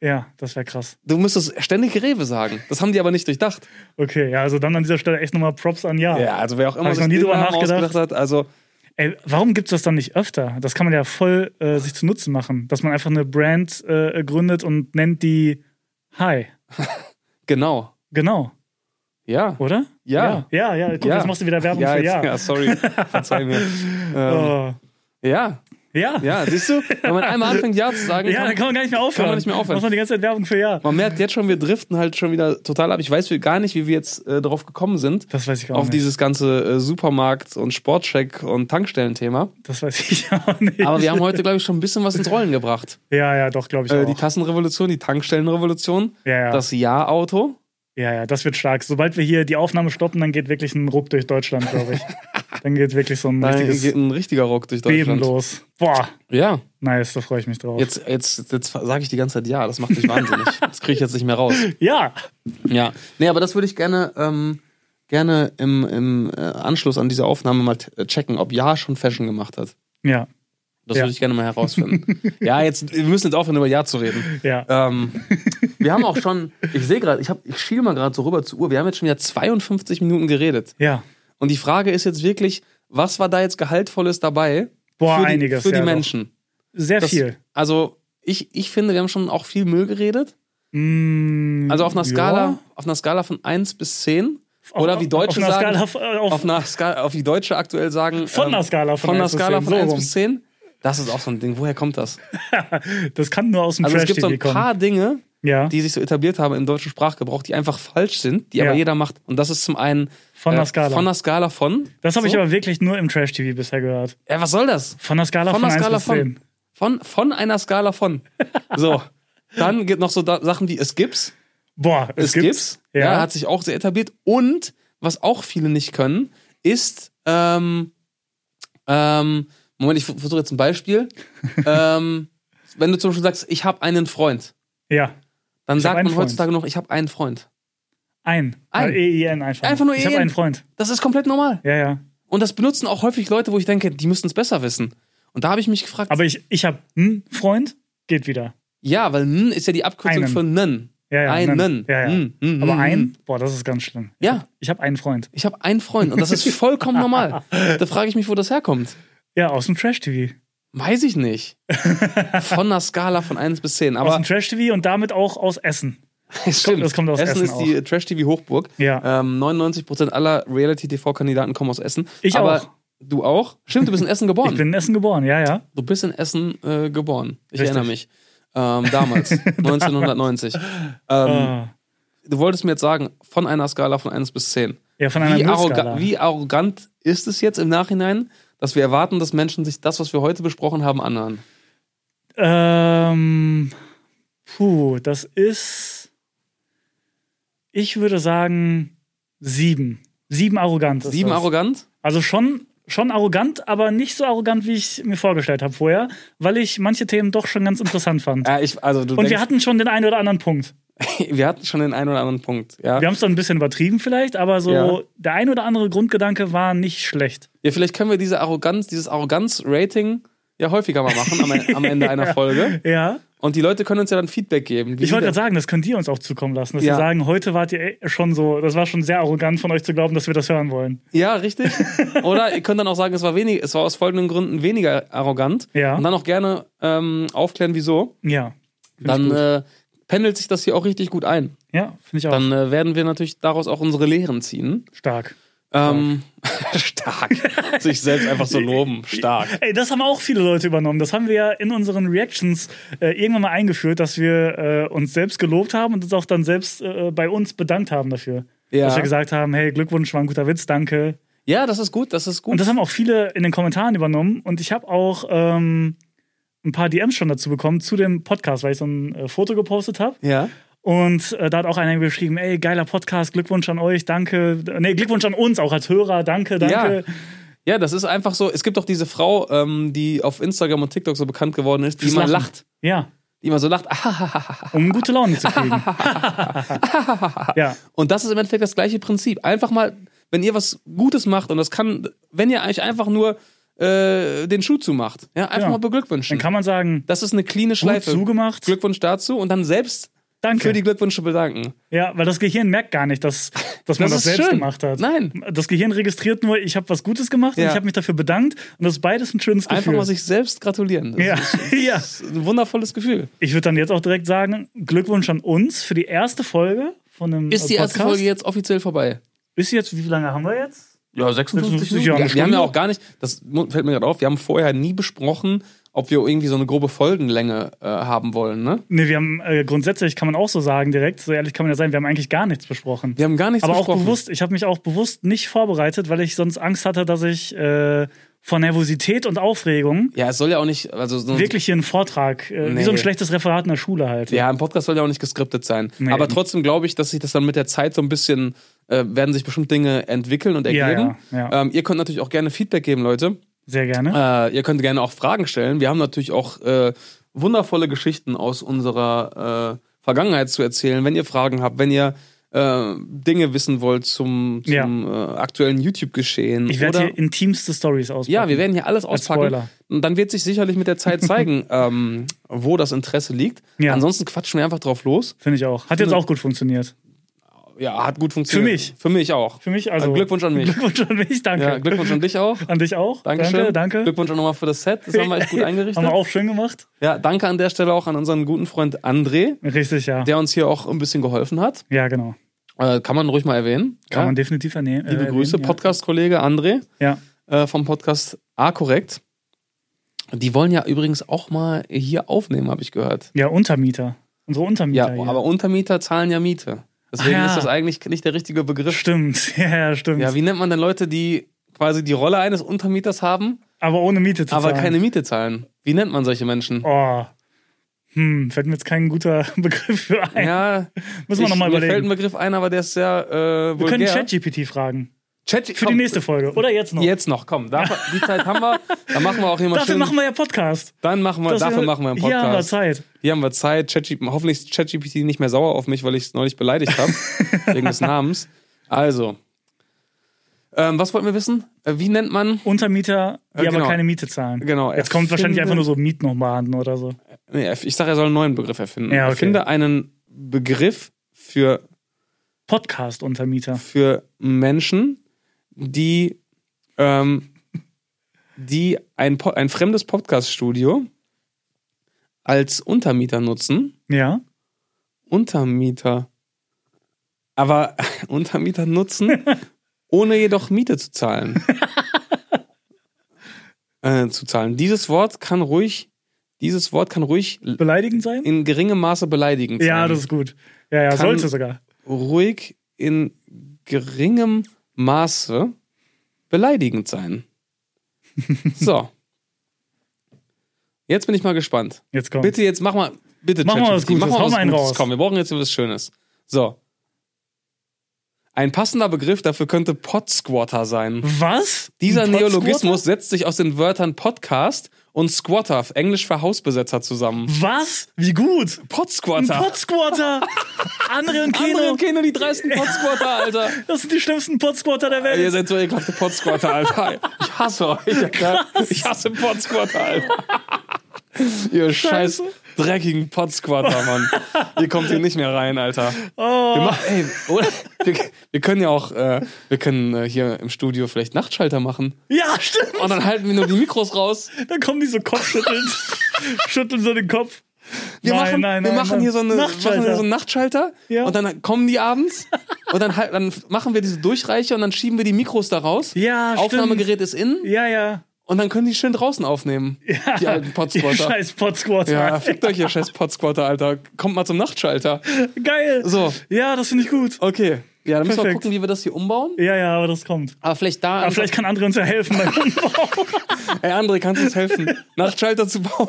ja, das wäre krass. Du müsstest ständig Rewe sagen. Das haben die aber nicht durchdacht. Okay, ja, also dann an dieser Stelle echt nochmal Props an Ja. Ja, also wer auch Hab immer ich noch nie den drüber Namen nachgedacht. ausgedacht hat, also Ey, warum gibt's das dann nicht öfter? Das kann man ja voll äh, sich zunutze machen, dass man einfach eine Brand äh, gründet und nennt die Hi. genau. Genau, Ja. oder? Ja. Ja, ja, ja. guck, Ja. jetzt machst du wieder Werbung Ja, für jetzt, Ja. ja. sorry. Verzeih mir. Ähm, Oh. Ja, Ja. Ja. ja, siehst du, wenn man einmal anfängt, Ja zu sagen, dann kann, kann man gar nicht mehr aufhören. Kann man nicht mehr aufhören. Macht man die ganze Zeit Werbung für Ja. man merkt jetzt schon, wir driften halt schon wieder total ab. Ich weiß gar nicht, wie wir jetzt äh, darauf gekommen sind. Das weiß ich auch auf nicht. dieses ganze äh, Supermarkt- und Sportcheck- und Tankstellenthema. Das weiß ich auch nicht. Aber wir haben heute, glaube ich, schon ein bisschen was ins Rollen gebracht. ja, ja, doch, glaube ich Äh, die auch. Tassenrevolution, die Tankstellenrevolution, Ja ja. das Ja-Auto. ja, ja, das wird stark. Sobald wir hier die Aufnahme stoppen, dann geht wirklich ein Ruck durch Deutschland, glaube ich. dann geht wirklich so ein Da richtiges geht ein richtiger Ruck durch Beben Deutschland. los. Boah, Ja, nice, da freue ich mich drauf. jetzt, jetzt, jetzt sage ich die ganze Zeit Ja, das macht mich wahnsinnig. Das kriege ich jetzt nicht mehr raus. Ja, Ja, nee, aber das würde ich gerne, ähm, gerne im, im äh, Anschluss an diese Aufnahme mal t- äh, checken, ob Ja schon Fashion gemacht hat. Ja, Das Ja. würde ich gerne mal herausfinden. ja, jetzt, wir müssen jetzt aufhören, über Ja zu reden. ja. Ähm, wir haben auch schon, ich sehe gerade, ich, hab- ich schiel mal gerade so rüber zur Uhr, wir haben jetzt schon wieder 52 Minuten geredet. Ja. Und die Frage ist jetzt wirklich, was war da jetzt Gehaltvolles dabei Boah, für die, einiges. für die ja, Menschen? Doch. Sehr Das- viel. Also, ich, ich finde, wir haben schon auch viel Müll geredet. Mm, Also auf einer Skala, ja. auf einer Skala von 1 bis 10. Auf- oder wie auf- Deutsche auf einer sagen, Skala, auf, auf, auf einer Skala, auf die Deutsche aktuell sagen. Von ähm, einer Skala von von einer 1 bis Skala 10, von so 1 rum. bis 10. Das ist auch so ein Ding. Woher kommt das? das kann nur aus dem Also es Trash gibt so TV ein kommen. paar Dinge, Ja, die sich so etabliert haben im deutschen Sprachgebrauch, die einfach falsch sind, die Ja. aber jeder macht. Und das ist zum einen von äh, einer Skala. Von einer Skala von. das habe ich so. aber wirklich nur im Trash TV bisher gehört. Äh, was soll das? Von einer Skala von, Von einer 1 Skala bis 10. von. Von, von einer Skala von. So. Dann gibt noch so da Sachen wie es gibt's. Boah, es, Es, gibt's. Ja. Ja, hat sich auch sehr etabliert. Und was auch viele nicht können, ist, ähm, ähm, Moment, ich versuche jetzt ein Beispiel. ähm, wenn du zum Beispiel sagst, ich habe einen Freund, ja. dann Ich hab sagt einen man Freund. heutzutage noch, ich habe einen Freund. Ein. Ein. Äh, EIN einfach. Einfach nur E Ich habe EIN. einen Freund. Das ist komplett normal. Ja, ja. Und das benutzen auch häufig Leute, wo ich denke, die müssten es besser wissen. Und da habe ich mich gefragt, Aber ich, ich habe einen Freund, geht wieder. ja, weil n ist ja die Abkürzung Einen. für nen. Ja, ja. einen. Hm, nein. Ja, ja. N, n, Aber n, ein, n. boah, das ist ganz schlimm. Ich Ja. hab- Ich habe einen Freund. Ich habe einen Freund und das ist vollkommen normal. Da frage ich mich, wo das herkommt. Ja, aus dem Trash TV. Weiß ich nicht. Von einer Skala von 1 bis 10. Aus Aber dem Trash TV und damit auch aus Essen. Stimmt. das kommt aus Essen. ist Essen die Trash-TV-Hochburg. Ja. Ähm, 99% aller Reality-TV-Kandidaten kommen aus Essen. Ich Aber auch. Du auch? Stimmt, du bist in Essen geboren. Ich bin in Essen geboren, ja, ja. du bist in Essen äh, geboren. Ich Richtig. erinnere mich. Ähm, damals, 1990. Ähm, Ah. du wolltest mir jetzt sagen, von einer Skala von 1 bis 10. ja, von einer Wie, Nullskala. arroga wie arrogant ist es jetzt im Nachhinein, dass wir erwarten, dass Menschen sich das, was wir heute besprochen haben, anhören? Ähm, puh, das ist. Ich würde sagen, sieben. Sieben arrogant. Ist Sieben das. arrogant? Also schon, schon arrogant, aber nicht so arrogant, wie ich mir vorgestellt habe vorher, weil ich manche Themen doch schon ganz interessant fand. Ja, ich, also du Und wir denkst, hatten schon den einen oder anderen Punkt. wir hatten schon den einen oder anderen Punkt. Ja? Wir haben es dann ein bisschen übertrieben, vielleicht, aber so Ja. der ein oder andere Grundgedanke war nicht schlecht. Ja, vielleicht können wir diese Arroganz, dieses Arroganz-Rating ja häufiger mal machen am, am Ende einer Folge. Ja. Und die Leute können uns ja dann Feedback geben. wie Ich wollte sie gerade sagen, das könnt ihr uns auch zukommen lassen, dass wir Ja. sagen, heute wart ihr eh schon so, das war schon sehr arrogant von euch zu glauben, dass wir das hören wollen. das- Ja, richtig. Oder ihr könnt dann auch sagen, es war wenig, es war aus folgenden Gründen weniger arrogant. Ja. Und dann auch gerne ähm, aufklären, wieso. Ja. Find ich Dann gut. äh, pendelt sich das hier auch richtig gut ein. ja, finde ich auch Dann äh, werden wir natürlich daraus auch unsere Lehren ziehen. stark. Ähm, stark. Sich selbst einfach so loben. Stark. Ey, das haben auch viele Leute übernommen. Das haben wir ja in unseren Reactions äh, irgendwann mal eingeführt, dass wir äh, uns selbst gelobt haben und uns auch dann selbst äh, bei uns bedankt haben dafür. Ja. Dass wir gesagt haben, hey, Glückwunsch, war ein guter Witz, danke. Ja, das ist gut, das ist gut. Und das haben auch viele in den Kommentaren übernommen. Und ich habe auch ähm, ein paar DMs schon dazu bekommen zu dem Podcast, weil ich so ein äh, Foto gepostet habe. ja. Und äh, da hat auch einer geschrieben, ey, geiler Podcast, Glückwunsch an euch, danke. Nee, Glückwunsch an uns, auch als Hörer, danke, danke. Ja, das ist einfach so. Es gibt auch diese Frau, ähm, die auf Instagram und TikTok so bekannt geworden ist, die Fürs immer Lachen. lacht. Ja, Die immer so lacht. Ahahaha. um gute Laune zu kriegen. ja, Und das ist im Endeffekt das gleiche Prinzip. Einfach mal, wenn ihr was Gutes macht und das kann, wenn ihr euch einfach nur äh, den Schuh zumacht, ja, einfach Ja. mal dann beglückwünschen. kann man sagen, Das ist eine cleane gut Schleife. zugemacht, Glückwunsch dazu und dann selbst für danke. die Glückwünsche bedanken. Ja, weil das Gehirn merkt gar nicht, dass, dass man das, ist selbst schön. gemacht hat. Nein. Das Gehirn registriert nur, ich habe was Gutes gemacht und Ja. ich habe mich dafür bedankt und das ist beides ein schönes Gefühl. Einfach mal sich selbst gratulieren. Das ja. ist ja. das ist ein wundervolles Gefühl. Ich würde dann jetzt auch direkt sagen, Glückwunsch an uns für die erste Folge von einem Ist die äh, Podcast. erste Folge jetzt offiziell vorbei? Ist jetzt, wie lange haben wir jetzt? Ja, 56 Minuten. Jahre eine Ja, wir haben ja Stunde. auch gar nicht, das mu- fällt mir gerade auf, wir haben vorher nie besprochen, ob wir irgendwie so eine grobe Folgenlänge äh, haben wollen, ne? Nee, wir haben äh, grundsätzlich kann man auch so sagen direkt, so ehrlich kann man ja sein, wir haben eigentlich gar nichts besprochen. Wir haben gar nichts Aber auch besprochen. bewusst, ich habe mich auch bewusst nicht vorbereitet, weil ich sonst Angst hatte, dass ich äh, vor Nervosität und Aufregung Ja, es soll ja auch nicht, also so wirklich hier einen Vortrag, äh, wie Nee. so ein schlechtes Referat in der Schule halt. halte. ja, ein Podcast soll ja auch nicht geskriptet sein. Nee, Aber eben. trotzdem glaube ich, dass sich das dann mit der Zeit so ein bisschen, äh, werden sich bestimmt Dinge entwickeln und Ja, ergeben. ja, ja. Ähm, ihr könnt natürlich auch gerne Feedback geben, Leute. Sehr gerne. Äh, ihr könnt gerne auch Fragen stellen. Wir haben natürlich auch äh, wundervolle Geschichten aus unserer äh, Vergangenheit zu erzählen. Wenn ihr Fragen habt, wenn ihr äh, Dinge wissen wollt zum, zum Ja. äh, aktuellen YouTube-Geschehen. Ich werde oder- hier intimste Stories auspacken. Ja, wir werden hier alles auspacken. Spoiler. Und dann wird sich sicherlich mit der Zeit zeigen, ähm, wo das Interesse liegt. Ja. Ansonsten quatschen wir einfach drauf los. Finde ich auch. Hat jetzt auch gut funktioniert. Ja, hat gut funktioniert. Für mich. Für mich auch. Für mich also. Glückwunsch an mich. Glückwunsch an mich, danke. Ja, Glückwunsch an dich auch. An dich auch. Dankeschön. Danke, danke. Glückwunsch auch nochmal für das Set. Das haben wir echt gut Haben eingerichtet. wir auch schön gemacht. Ja, danke an der Stelle auch an unseren guten Freund André, Richtig, ja. der uns hier auch ein bisschen geholfen hat. Ja, genau. Äh, kann man ruhig mal erwähnen. Kann ja? man definitiv ernehmen. Liebe Grüße, ja. Podcast-Kollege André Ja. äh, vom Podcast A korrekt. Die wollen ja übrigens auch mal hier aufnehmen, habe ich gehört. ja, Untermieter. Unsere Ja, Untermieter. hier. aber Untermieter zahlen ja Miete. Deswegen Ah, ja. ist das eigentlich nicht der richtige Begriff. Stimmt, ja, ja, stimmt. Ja, wie nennt man denn Leute, die quasi die Rolle eines Untermieters haben, aber ohne Miete zu aber zahlen. keine Miete zahlen? Wie nennt man solche Menschen? Oh. Hm, fällt mir jetzt kein guter Begriff für ein. Ja, Müssen wir ich- nochmal mir fällt ein überlegen. Begriff ein, aber der ist sehr äh, Wir vulgär. können ChatGPT fragen. Chat Für die nächste Folge. Oder jetzt noch. Jetzt noch, komm, darf, die Zeit haben wir. Dann machen wir auch jemanden. Dafür schön. machen wir ja Podcast. dann machen wir, Das dafür wäre- machen wir einen Hier haben wir Podcast. Zeit. Hier haben wir Zeit. ChatGPT, hoffentlich ist ChatGPT nicht mehr sauer auf mich, weil ich es neulich beleidigt habe wegen des Namens. Also, ähm, was wollten wir wissen? Äh, wie nennt man? Untermieter, die Äh, genau. aber keine Miete zahlen. Genau, Jetzt kommt wahrscheinlich erfinde- einfach nur so Mietnomaden oder so. Nee, erf- ich sage, er soll einen neuen Begriff erfinden. Ja, okay. Erfinde einen Begriff für Podcast-Untermieter. für Menschen, die, ähm, die ein, Po- ein fremdes Podcast-Studio als Untermieter nutzen. Ja. Untermieter. Aber Untermieter nutzen, ohne jedoch Miete zu zahlen. äh, zu zahlen. Dieses Wort kann ruhig, dieses Wort kann ruhig Beleidigend sein? in geringem Maße beleidigend Ja, sein. das ist gut. Ja, ja, Kann- sollte sogar. ruhig in geringem Maße beleidigend sein. So. Jetzt bin ich mal gespannt. Jetzt kommt. Bitte jetzt mach mal, bitte Mach mal ChatGPT, was Gutes, mach mal hau was mal einen Gutes. raus. Komm, wir brauchen jetzt was Schönes. So. Ein passender Begriff dafür könnte Podsquatter sein. Was? Dieser Ein Neologismus setzt sich aus den Wörtern Podcast und Squatter, auf englisch für Hausbesetzer, zusammen. Podsquatter? Was? Wie gut? Ein Podsquatter. Podsquatter! Andre und Andere Keno, kennen die dreisten Podsquatter, Alter. das sind die schlimmsten Podsquatter der Ey, Ihr Welt. seid so ekelhafte Podsquatter, Alter. Ich hasse euch, Alter. Ich hasse Podsquatter, Alter. Ihr scheiß Scheiße. dreckigen Podsquatter, Mann. Ihr kommt hier nicht mehr rein, Alter. Wir, Oh, ma- ey, oder? Wir, wir können ja auch, äh, wir können äh, hier im Studio vielleicht Nachtschalter machen. ja, stimmt. Und dann halten wir nur die Mikros raus. Dann kommen die so kopfschüttelnd, schütteln so den Kopf. Wir nein, machen, nein, wir nein, machen nein. hier so, eine, machen hier Nachtschalter. so einen Nachtschalter Ja. und dann kommen die abends und dann, halt, dann machen wir diese Durchreiche und dann schieben wir die Mikros da raus. Ja, stimmt. Aufnahmegerät ist innen. Ja, ja. Und dann können die schön draußen aufnehmen. Die alten Ihr Podsquatter. scheiß Podsquatter. Ja, fickt euch, ihr scheiß Podsquatter, Alter. Kommt mal zum Nachtschalter. Geil. So. Ja, das finde ich gut. Okay. Ja, dann müssen wir Perfekt. gucken, wie wir das hier umbauen. Ja, ja, aber das kommt. Aber vielleicht da. Aber vielleicht kann André uns ja helfen beim Umbau. Ey, André, kannst du uns helfen, Nachtschalter zu bauen?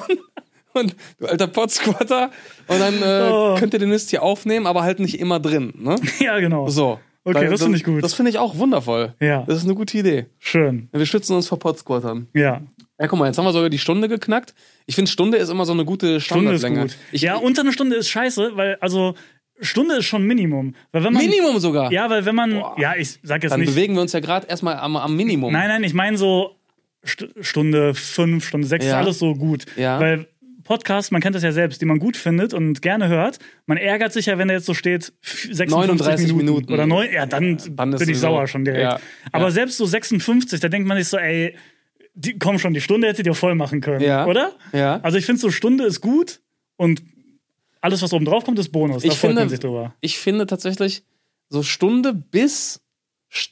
Und du alter Podsquatter. Und dann äh, Oh. könnt ihr den Mist hier aufnehmen, aber halt nicht immer drin. Ne? ja, genau. So. Okay, Weil das finde ich gut. Das finde ich auch wundervoll. Ja. Das ist eine gute Idee. Schön. Wir schützen uns vor Podsquattern. Ja. Ja, guck mal, jetzt haben wir sogar die Stunde geknackt. Ich finde, Stunde ist immer so eine gute Stunde ist Standardlänge. gut. halt Ich, ja, unter eine Stunde ist scheiße, weil, also, Stunde ist schon Minimum. Weil wenn man, Minimum sogar. Ja, weil wenn man, ja, ich sag jetzt dann nicht. bewegen wir uns ja gerade erstmal am, am Minimum. Nein, nein, ich meine so St Stunde fünf, Stunde sechs, ist Ja. alles so gut. Ja. Weil Podcast, man kennt das ja selbst, die man gut findet und gerne hört. Man ärgert sich ja, wenn da jetzt so steht, f- 39 56 Minuten, Minuten. oder neun, ja, dann, dann ist bin ich sowieso- sauer schon direkt. Ja, Aber ja. selbst so 56, da denkt man sich so, ey, die, komm schon, die Stunde hättet ihr voll machen können, Ja. oder? Ja. Also ich finde so Stunde ist gut und alles, was oben drauf kommt, ist Bonus. Da Ich freut finde- man sich drüber. Ich finde tatsächlich so Stunde bis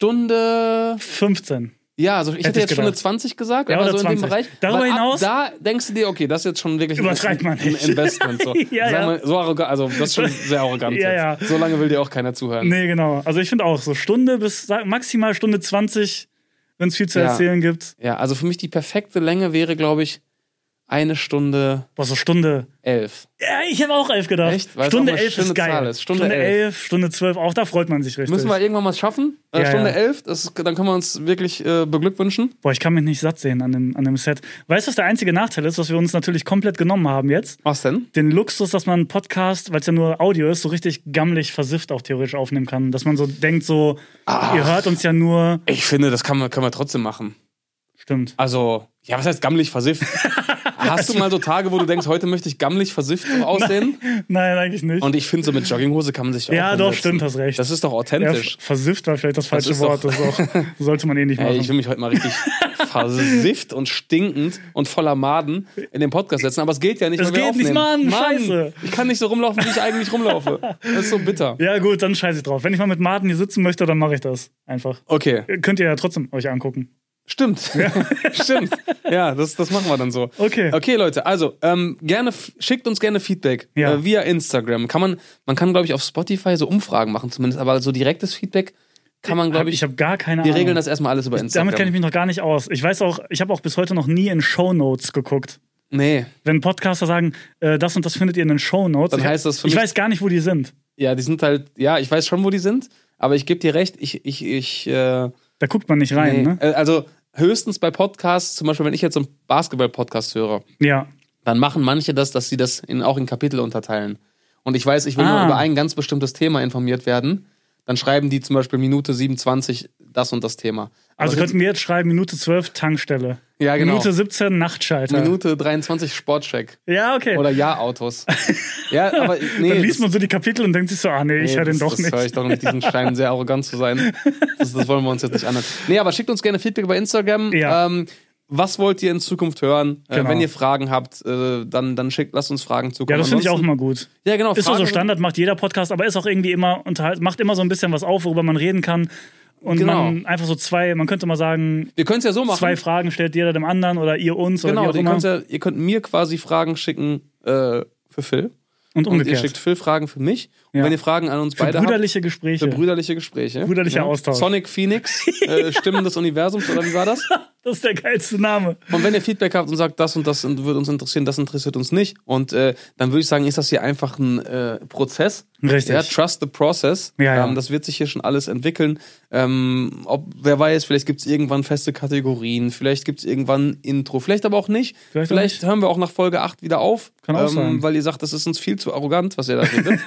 Stunde 15. Ja, also ich hätte, Hätte ich jetzt Stunde gedacht. 20 gesagt, Ja, aber oder so in dem 20. Bereich. Darüber Weil ab hinaus- Da denkst du dir, okay, das ist jetzt schon wirklich ein- Übertreibt man ein nicht. Investment. So. Ja, Sag ja. Mal, so arrogant, also das ist schon sehr arrogant. Ja, jetzt. So lange will dir auch keiner zuhören. Nee, genau. Also ich finde auch so Stunde bis sag, maximal Stunde 20, wenn es viel zu Ja. erzählen gibt. Ja, also für mich die perfekte Länge wäre, glaube ich, eine Stunde Boah, so Stunde. elf. Ja, ich habe auch elf gedacht. Echt? Weil es Stunde auch eine elf schöne ist geil. Zahl ist. Stunde elf. elf, Stunde zwölf, auch da freut man sich richtig. Müssen wir irgendwann mal schaffen? Äh, Ja, Stunde ja. elf, das ist, dann können wir uns wirklich äh, beglückwünschen. Boah, ich kann mich nicht satt sehen an dem, an dem Set. Weißt du, was der einzige Nachteil ist, was wir uns natürlich komplett genommen haben jetzt? Was denn? Den Luxus, dass man einen Podcast, weil es ja nur Audio ist, so richtig gammelig versifft auch theoretisch aufnehmen kann. Dass man so denkt, so, Ah. ihr hört uns ja nur. Ich finde, das kann man, können wir trotzdem machen. Stimmt. Also, ja, was heißt gammelig versifft? Hast du mal so Tage, wo du denkst, heute möchte ich gammelig versifft aussehen? Nein, eigentlich nicht. Und ich finde, so mit Jogginghose kann man sich auch ja, doch, hinsetzen. stimmt, hast recht. Das ist doch Ja, authentisch. f- versifft war vielleicht das falsche ist Wort. doch- Das ist auch, sollte man eh nicht machen. Ey, ich will mich heute mal richtig versifft und stinkend und voller Maden in den Podcast setzen. Aber es geht ja nicht, Es weil wir geht nicht, aufnehmen. Mann, Mann, scheiße. Ich kann nicht so rumlaufen, wie ich eigentlich rumlaufe. Das ist so bitter. ja, gut, dann scheiße ich drauf. Wenn ich mal mit Martin hier sitzen möchte, dann mache ich das einfach. Okay, Äh, Könnt ihr ja trotzdem euch angucken. stimmt. stimmt. Ja, das, das machen wir dann so. Okay. Okay, Leute, also ähm, gerne f- schickt uns gerne Feedback Ja. äh, via Instagram. Kann man, man kann, glaube ich, auf Spotify so Umfragen machen, zumindest, aber so direktes Feedback kann man, Hab- glaube Äh, ich ich. habe gar keine Wir Ahnung. regeln das erstmal alles über Instagram. Damit kenne ich mich noch gar nicht aus. Ich weiß auch, ich habe auch bis heute noch nie in Shownotes geguckt. nee. Wenn Podcaster sagen, äh, das und das findet ihr in den Shownotes. Dann ich hab- heißt das für Ich mich- weiß gar nicht, wo die sind. Ja, die sind halt, ja, ich weiß schon, wo die sind, aber ich gebe dir recht, ich, ich, ich, äh, Da guckt man nicht rein, nee. ne? Äh, also höchstens bei Podcasts, zum Beispiel, wenn ich jetzt so einen Basketball-Podcast höre, Ja. dann machen manche das, dass sie das in, auch in Kapitel unterteilen. Und ich weiß, ich will nur Ah. über ein ganz bestimmtes Thema informiert werden, dann schreiben die zum Beispiel Minute 27 das und das Thema. Also Aber könnten wir jetzt schreiben, Minute 12 Tankstelle. Ja, genau. Minute 17 Nachtschalter. Minute 23 Sportcheck ja, okay. oder Ja-Autos. ja, aber nee, dann liest das- man so die Kapitel und denkt sich so, ah nee, ich Nee, höre den das- doch das nicht. höre ich doch nicht. Diesen Schein sehr arrogant zu sein. Das, das wollen wir uns jetzt nicht anhören. Nee, aber schickt uns gerne Feedback bei Instagram. Ja. Ähm, was wollt ihr in Zukunft hören? Äh, Genau. wenn ihr Fragen habt, äh, dann, dann schickt, lasst uns Fragen zukommen. Ja, das finde ich auch Ansonsten- immer gut. Ja, genau. Ist doch so Fragen- Standard, macht jeder Podcast, aber ist auch irgendwie immer unterhalt, macht immer so ein bisschen was auf, worüber man reden kann. Und Genau. man einfach so zwei, man könnte mal sagen, Wir können es ja so machen. zwei Fragen stellt jeder dem anderen oder ihr uns genau, oder wie ihr auch könnt, immer. ja, ihr könnt mir quasi Fragen schicken äh, für Phil. Und Und ihr umgekehrt. schickt Phil Fragen für mich. Und Ja. wenn ihr Fragen an uns für beide habt, brüderliche Gespräche. für brüderliche Gespräche. Brüderlicher Austausch. Sonic Phoenix, äh, Stimmen des Universums, oder wie war das? das ist der geilste Name. Und wenn ihr Feedback habt und sagt, das und das würde uns interessieren, das interessiert uns nicht, und äh, dann würde ich sagen, ist das hier einfach ein äh, Prozess. Richtig. Ja, trust the process. Ja, ja. Ähm, das wird sich hier schon alles entwickeln. Ähm, ob, wer weiß, vielleicht gibt es irgendwann feste Kategorien, vielleicht gibt es irgendwann ein Intro, vielleicht aber auch nicht. Vielleicht auch nicht. hören wir auch nach Folge 8 wieder auf, ähm, Kann auch sein. weil ihr sagt, das ist uns viel zu arrogant, was ihr da redet.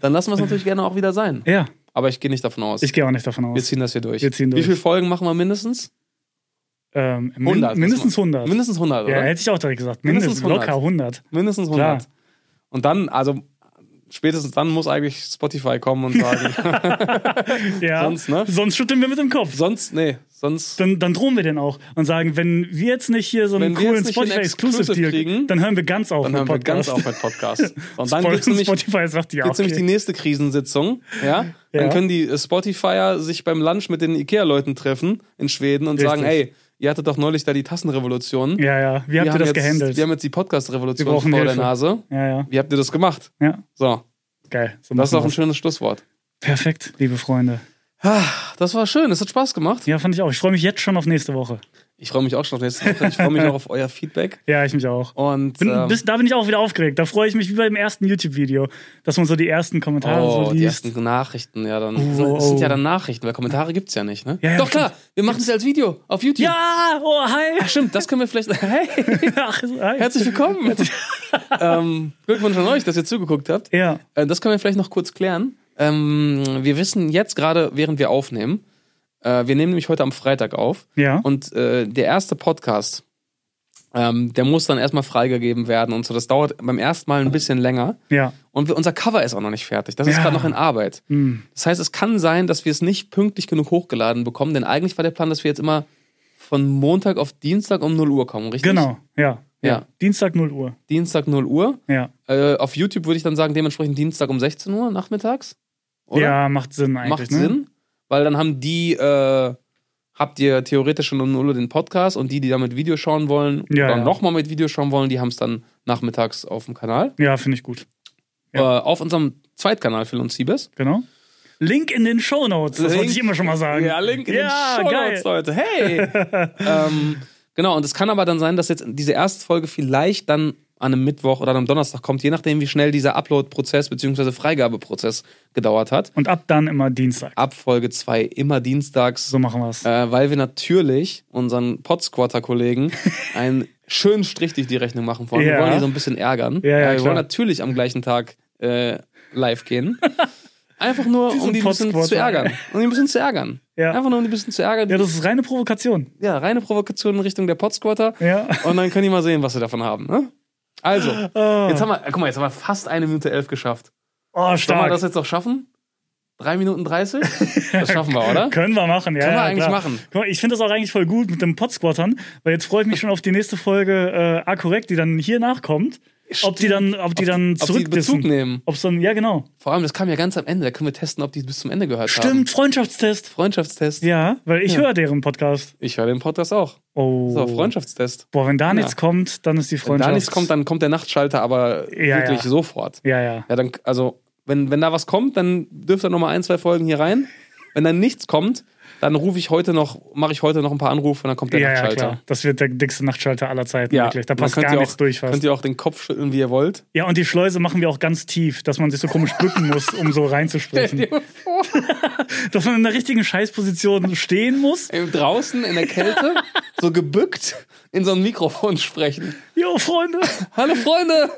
dann lassen wir es natürlich gerne auch wieder sein. Ja, Aber ich gehe nicht davon aus. ich gehe auch nicht davon wir aus. ziehen das hier durch. Wir ziehen Wie durch. viele Folgen machen wir mindestens? Ähm, min 100. mindestens 100. Mindestens 100, ja, oder? hätte ich auch direkt gesagt. Mindestens 100. Mindestens, locker 100. Mindestens 100. Klar. Und dann, also spätestens dann muss eigentlich Spotify kommen und sagen, Ja. Sonst, ne? Sonst schütteln wir mit dem Kopf. sonst, nee, sonst. dann, dann drohen wir den auch und sagen, wenn wir jetzt nicht hier so einen Wenn wir coolen jetzt nicht den Exclusive Spotify-Exclusive-Deal kriegen, kriegen, dann hören wir ganz auf Dann mit hören wir ganz Podcast. auf mit Podcast. Und dann Spoil- gibt es nämlich, gibt's Spotify sagt ja okay. nämlich die nächste Krisensitzung. Ja? Dann Ja. können die äh, Spotifyer sich beim Lunch mit den IKEA-Leuten treffen in Schweden und Richtig. sagen, ey, ihr hattet doch neulich da die Tassenrevolution. ja, ja. Wie habt ihr haben das jetzt, gehandelt? Wir haben jetzt die Wir Podcast-Revolution vor brauchen der Hilfe. Nase. ja, ja. Wie habt ihr das gemacht? Ja, So, geil. So das ist machen auch ein wir's. schönes Schlusswort. Perfekt, liebe Freunde. Ah, Das war schön, es hat Spaß gemacht. Ja, fand ich auch. Ich freue mich jetzt schon auf nächste Woche. Ich freue mich auch schon auf nächste Woche. Ich freue mich auch auf euer Feedback. Ja, ich mich auch. Und Bin, ähm, bis, da bin ich auch wieder aufgeregt. Da freue ich mich wie beim ersten YouTube-Video, dass man so die ersten Kommentare oh, so die liest. ersten Nachrichten, ja dann. Oh, das sind ja oh. dann Nachrichten, weil Kommentare gibt's ja nicht, ne? Ja, ja, Doch klar, wir machen es ja als Video auf YouTube. Ja, oh, hi. Stimmt, das können wir vielleicht. Hey, Ach, hi. herzlich willkommen. ähm, Glückwunsch an euch, dass ihr zugeguckt habt. Ja, Äh, das können wir vielleicht noch kurz klären. Ähm, wir wissen jetzt gerade, während wir aufnehmen, äh, wir nehmen nämlich heute am Freitag auf ja. und äh, der erste Podcast, ähm, der muss dann erstmal freigegeben werden und so. Das dauert beim ersten Mal ein bisschen länger. ja. Und wir, unser Cover ist auch noch nicht fertig. Das ist Ja. gerade noch in Arbeit. Hm. Das heißt, es kann sein, dass wir es nicht pünktlich genug hochgeladen bekommen, denn eigentlich war der Plan, dass wir jetzt immer von Montag auf Dienstag um 0 Uhr kommen, richtig? Genau, ja. Ja. Dienstag 0 Uhr. Dienstag 0 Uhr. Ja. Äh, auf YouTube würde ich dann sagen, dementsprechend Dienstag um 16 Uhr nachmittags. Ja, macht Sinn eigentlich. Macht ne? Sinn, weil dann haben die, äh, habt ihr theoretisch schon um 0 Uhr den Podcast und die, die damit Video schauen wollen, Ja, oder ja. nochmal mit Video schauen wollen, die haben es dann nachmittags auf dem Kanal. ne? Ja, finde ich gut. Ja. Äh, auf unserem Zweitkanal Phil und Siebes. Genau. Link in den Show Notes, das Link- wollte ich immer schon mal sagen. Ja, Link in Ja, den Show geil. Notes, Leute. Hey! ähm, genau, und es kann aber dann sein, dass jetzt diese erste Folge vielleicht dann an einem Mittwoch oder an einem Donnerstag kommt, je nachdem, wie schnell dieser Upload-Prozess bzw. Freigabeprozess gedauert hat. Und ab dann immer Dienstag. Ab Folge 2 immer dienstags, So machen wir es. äh, weil wir natürlich unseren Podsquatter-Kollegen einen schönen Strich durch die Rechnung machen wollen. Wir Ja. wollen die so ein bisschen ärgern. Ja, ja, Äh, wir klar. wollen natürlich am gleichen Tag äh, live gehen. Einfach nur, um die ein bisschen zu Podsquatter. ärgern. Um die ein bisschen zu ärgern. Ja. Einfach nur, um die ein bisschen zu ärgern. Ja, das ist reine Provokation. ja, reine Provokation in Richtung der Podsquatter. Ja. Und dann können die mal sehen, was sie davon haben. Ne? Also, jetzt Oh, haben wir, guck mal, jetzt haben wir fast eine Minute elf geschafft. oh Sollen wir stark. das jetzt noch schaffen? Drei Minuten dreißig? Das schaffen wir, oder? Können wir machen, ja. Können wir ja, eigentlich klar. machen. Guck mal, Ich finde das auch eigentlich voll gut mit dem Podsquattern, weil jetzt freue ich mich schon auf die nächste Folge äh, A-Korrekt, die dann hier nachkommt. Ob die dann, ob die dann Ob die zurückdissen. Bezug nehmen. Ob's dann, ja, genau. Vor allem, das kam ja ganz am Ende. Da können wir testen, ob die bis zum Ende gehört haben. Stimmt, Freundschaftstest. Freundschaftstest. Ja, weil ich Ja. höre deren Podcast. Ich höre den Podcast auch. Oh. So, Freundschaftstest. Boah, wenn da Ja. nichts kommt, dann ist die Wenn Freundschaft. da nichts kommt, dann kommt der Nachtschalter aber Ja, wirklich ja. sofort. Ja, ja. Ja, dann, also, wenn, wenn da was kommt, dann dürft ihr nochmal ein, zwei Folgen hier rein. Wenn dann nichts kommt, dann rufe ich heute noch, mache ich heute noch ein paar Anrufe und dann kommt der Ja, ja, Nachtschalter. klar. Das wird der dickste Nachtschalter aller Zeiten, wirklich. Da und dann passt könnt gar ihr nichts auch, durch Könnt fast. ihr auch den Kopf schütteln, wie ihr wollt. Ja, und die Schleuse machen wir auch ganz tief, dass man sich so komisch bücken muss, um so reinzusprechen. dass man in der richtigen Scheißposition stehen muss. Ey, Draußen in der Kälte, so gebückt, in so ein Mikrofon sprechen. Jo, Freunde. Hallo Freunde!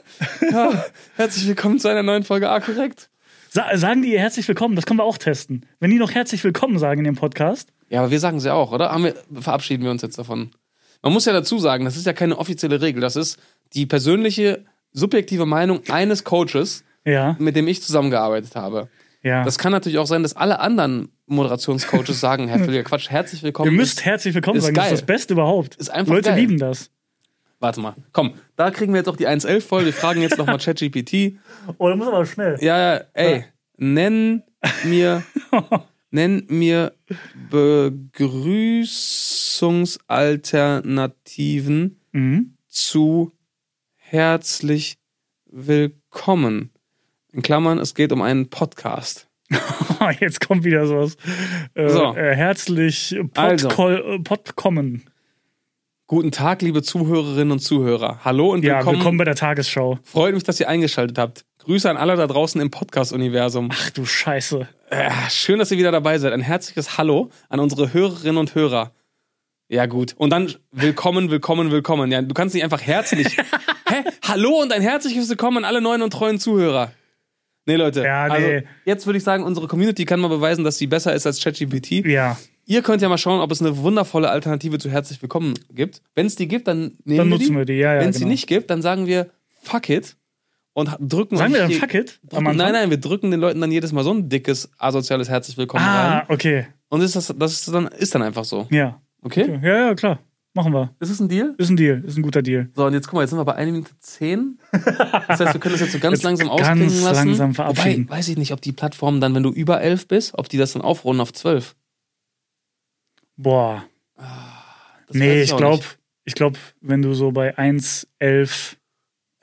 Ja, herzlich willkommen zu einer neuen Folge A korrekt. Sa sagen die ihr herzlich willkommen, das können wir auch testen. Wenn die noch herzlich willkommen sagen in dem Podcast. Ja, aber wir sagen sie auch, oder? Haben wir, verabschieden wir uns jetzt davon. Man muss ja dazu sagen, das ist ja keine offizielle Regel. Das ist die persönliche, subjektive Meinung eines Coaches, Ja, mit dem ich zusammengearbeitet habe. ja. Das kann natürlich auch sein, dass alle anderen Moderationscoaches sagen, Herr Völliger Quatsch, herzlich willkommen. ihr müsst herzlich willkommen ist sagen, das geil. ist das Beste überhaupt. Ist einfach Leute geil. lieben das. Warte mal, komm, da kriegen wir jetzt auch die 1.11 voll. Wir fragen jetzt nochmal ChatGPT. Oh, da muss aber schnell. Ja, ja, ey, nenn mir, nenn mir Begrüßungsalternativen Mhm. zu herzlich willkommen. In Klammern, es geht um einen Podcast. Ah, Jetzt kommt wieder sowas. Äh, So. äh, herzlich Also. Podkoll- äh, Podkommen. Guten Tag, liebe Zuhörerinnen und Zuhörer. Hallo und Ja, willkommen. willkommen bei der Tagesschau. Freut mich, dass ihr eingeschaltet habt. Grüße an alle da draußen im Podcast-Universum. Ach du Scheiße. Ah, Schön, dass ihr wieder dabei seid. Ein herzliches Hallo an unsere Hörerinnen und Hörer. Ja, gut. Und dann willkommen, willkommen, willkommen. Ja, du kannst nicht einfach herzlich. Hä? Hallo und ein herzliches Willkommen an alle neuen und treuen Zuhörer. Nee, Leute. Ja, nee. Also, jetzt würde ich sagen, unsere Community kann mal beweisen, dass sie besser ist als ChatGPT. Ja, Ihr könnt ja mal schauen, ob es eine wundervolle Alternative zu herzlich willkommen gibt. Wenn es die gibt, dann nehmen dann wir die. nutzen wir die. Ja, ja, Wenn es genau. die nicht gibt, dann sagen wir fuck it und ha- drücken Sagen wir dann richtig- fuck it? Am Drücken, Anfang? nein, nein, wir drücken den Leuten dann jedes Mal so ein dickes asoziales Herzlich Willkommen rein. Ah, okay. Und ist das, das ist, dann, ist dann einfach so. Ja. Okay? ja. Ja, klar. Machen wir. Ist es ein Deal? Ist ein Deal. Ist ein guter Deal. So, und jetzt guck mal, jetzt sind wir bei 1 Minute 10. Das heißt, wir können das jetzt so ganz Jetzt langsam ganz ausklingen lassen. langsam verabschieden. Wobei, weiß ich nicht, ob die Plattformen dann, wenn du über 11 bist, ob die das dann aufrunden auf 12. Boah. Das weiß nee, ich auch glaube, nicht. ich glaube, wenn du so bei 1, 11,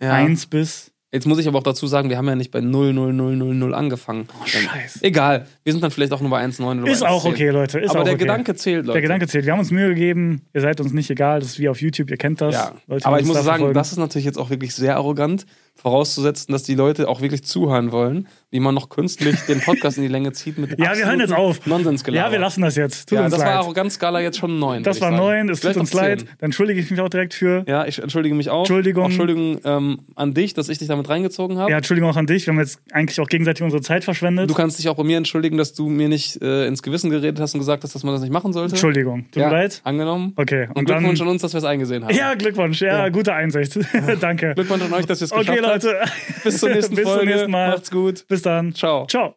Ja. 1 bist, Jetzt muss ich aber auch dazu sagen, wir haben ja nicht bei 00000 angefangen. Oh, scheiße. Egal, wir sind dann vielleicht auch nur bei 1,9 oder Ist bei auch 1,10. okay, Leute. Ist Aber auch der okay. Gedanke zählt, Leute. Der Gedanke zählt. Wir haben uns Mühe gegeben. Ihr seid uns nicht egal. Das ist wie auf YouTube. Ihr kennt das. Ja. Leute, aber die ich uns muss da sagen, verfolgen. das ist natürlich jetzt auch wirklich sehr arrogant, vorauszusetzen, dass die Leute auch wirklich zuhören wollen, wie man noch künstlich den Podcast in die Länge zieht mit Ja, wir hören jetzt auf. Nonsens Ja, wir lassen das jetzt. Tut ja, uns das war leid. Arroganzskala jetzt schon 9. das war neun. Es tut Vielleicht uns auch leid. 10. Dann entschuldige ich mich auch direkt für. Ja, ich entschuldige mich auch. Entschuldigung. Auch Entschuldigung ähm, an dich, dass ich dich damit reingezogen habe. Ja, Entschuldigung auch an dich. Wir haben jetzt eigentlich auch gegenseitig unsere Zeit verschwendet. Du kannst dich auch bei mir entschuldigen, dass du mir nicht äh, ins Gewissen geredet hast und gesagt hast, dass man das nicht machen sollte. Entschuldigung. Tut Hm? Ja, mir leid. Angenommen. Okay. Und dann- Glückwunsch an uns, dass wir es eingesehen haben. Ja, Glückwunsch. Ja, gute Einsicht. Danke. Glückwunsch an euch, dass ihr es geschafft Okay, Leute. habt. Bis zur nächsten Bis Folge. zum nächsten Mal. Macht's gut. Bis dann. Ciao. Ciao.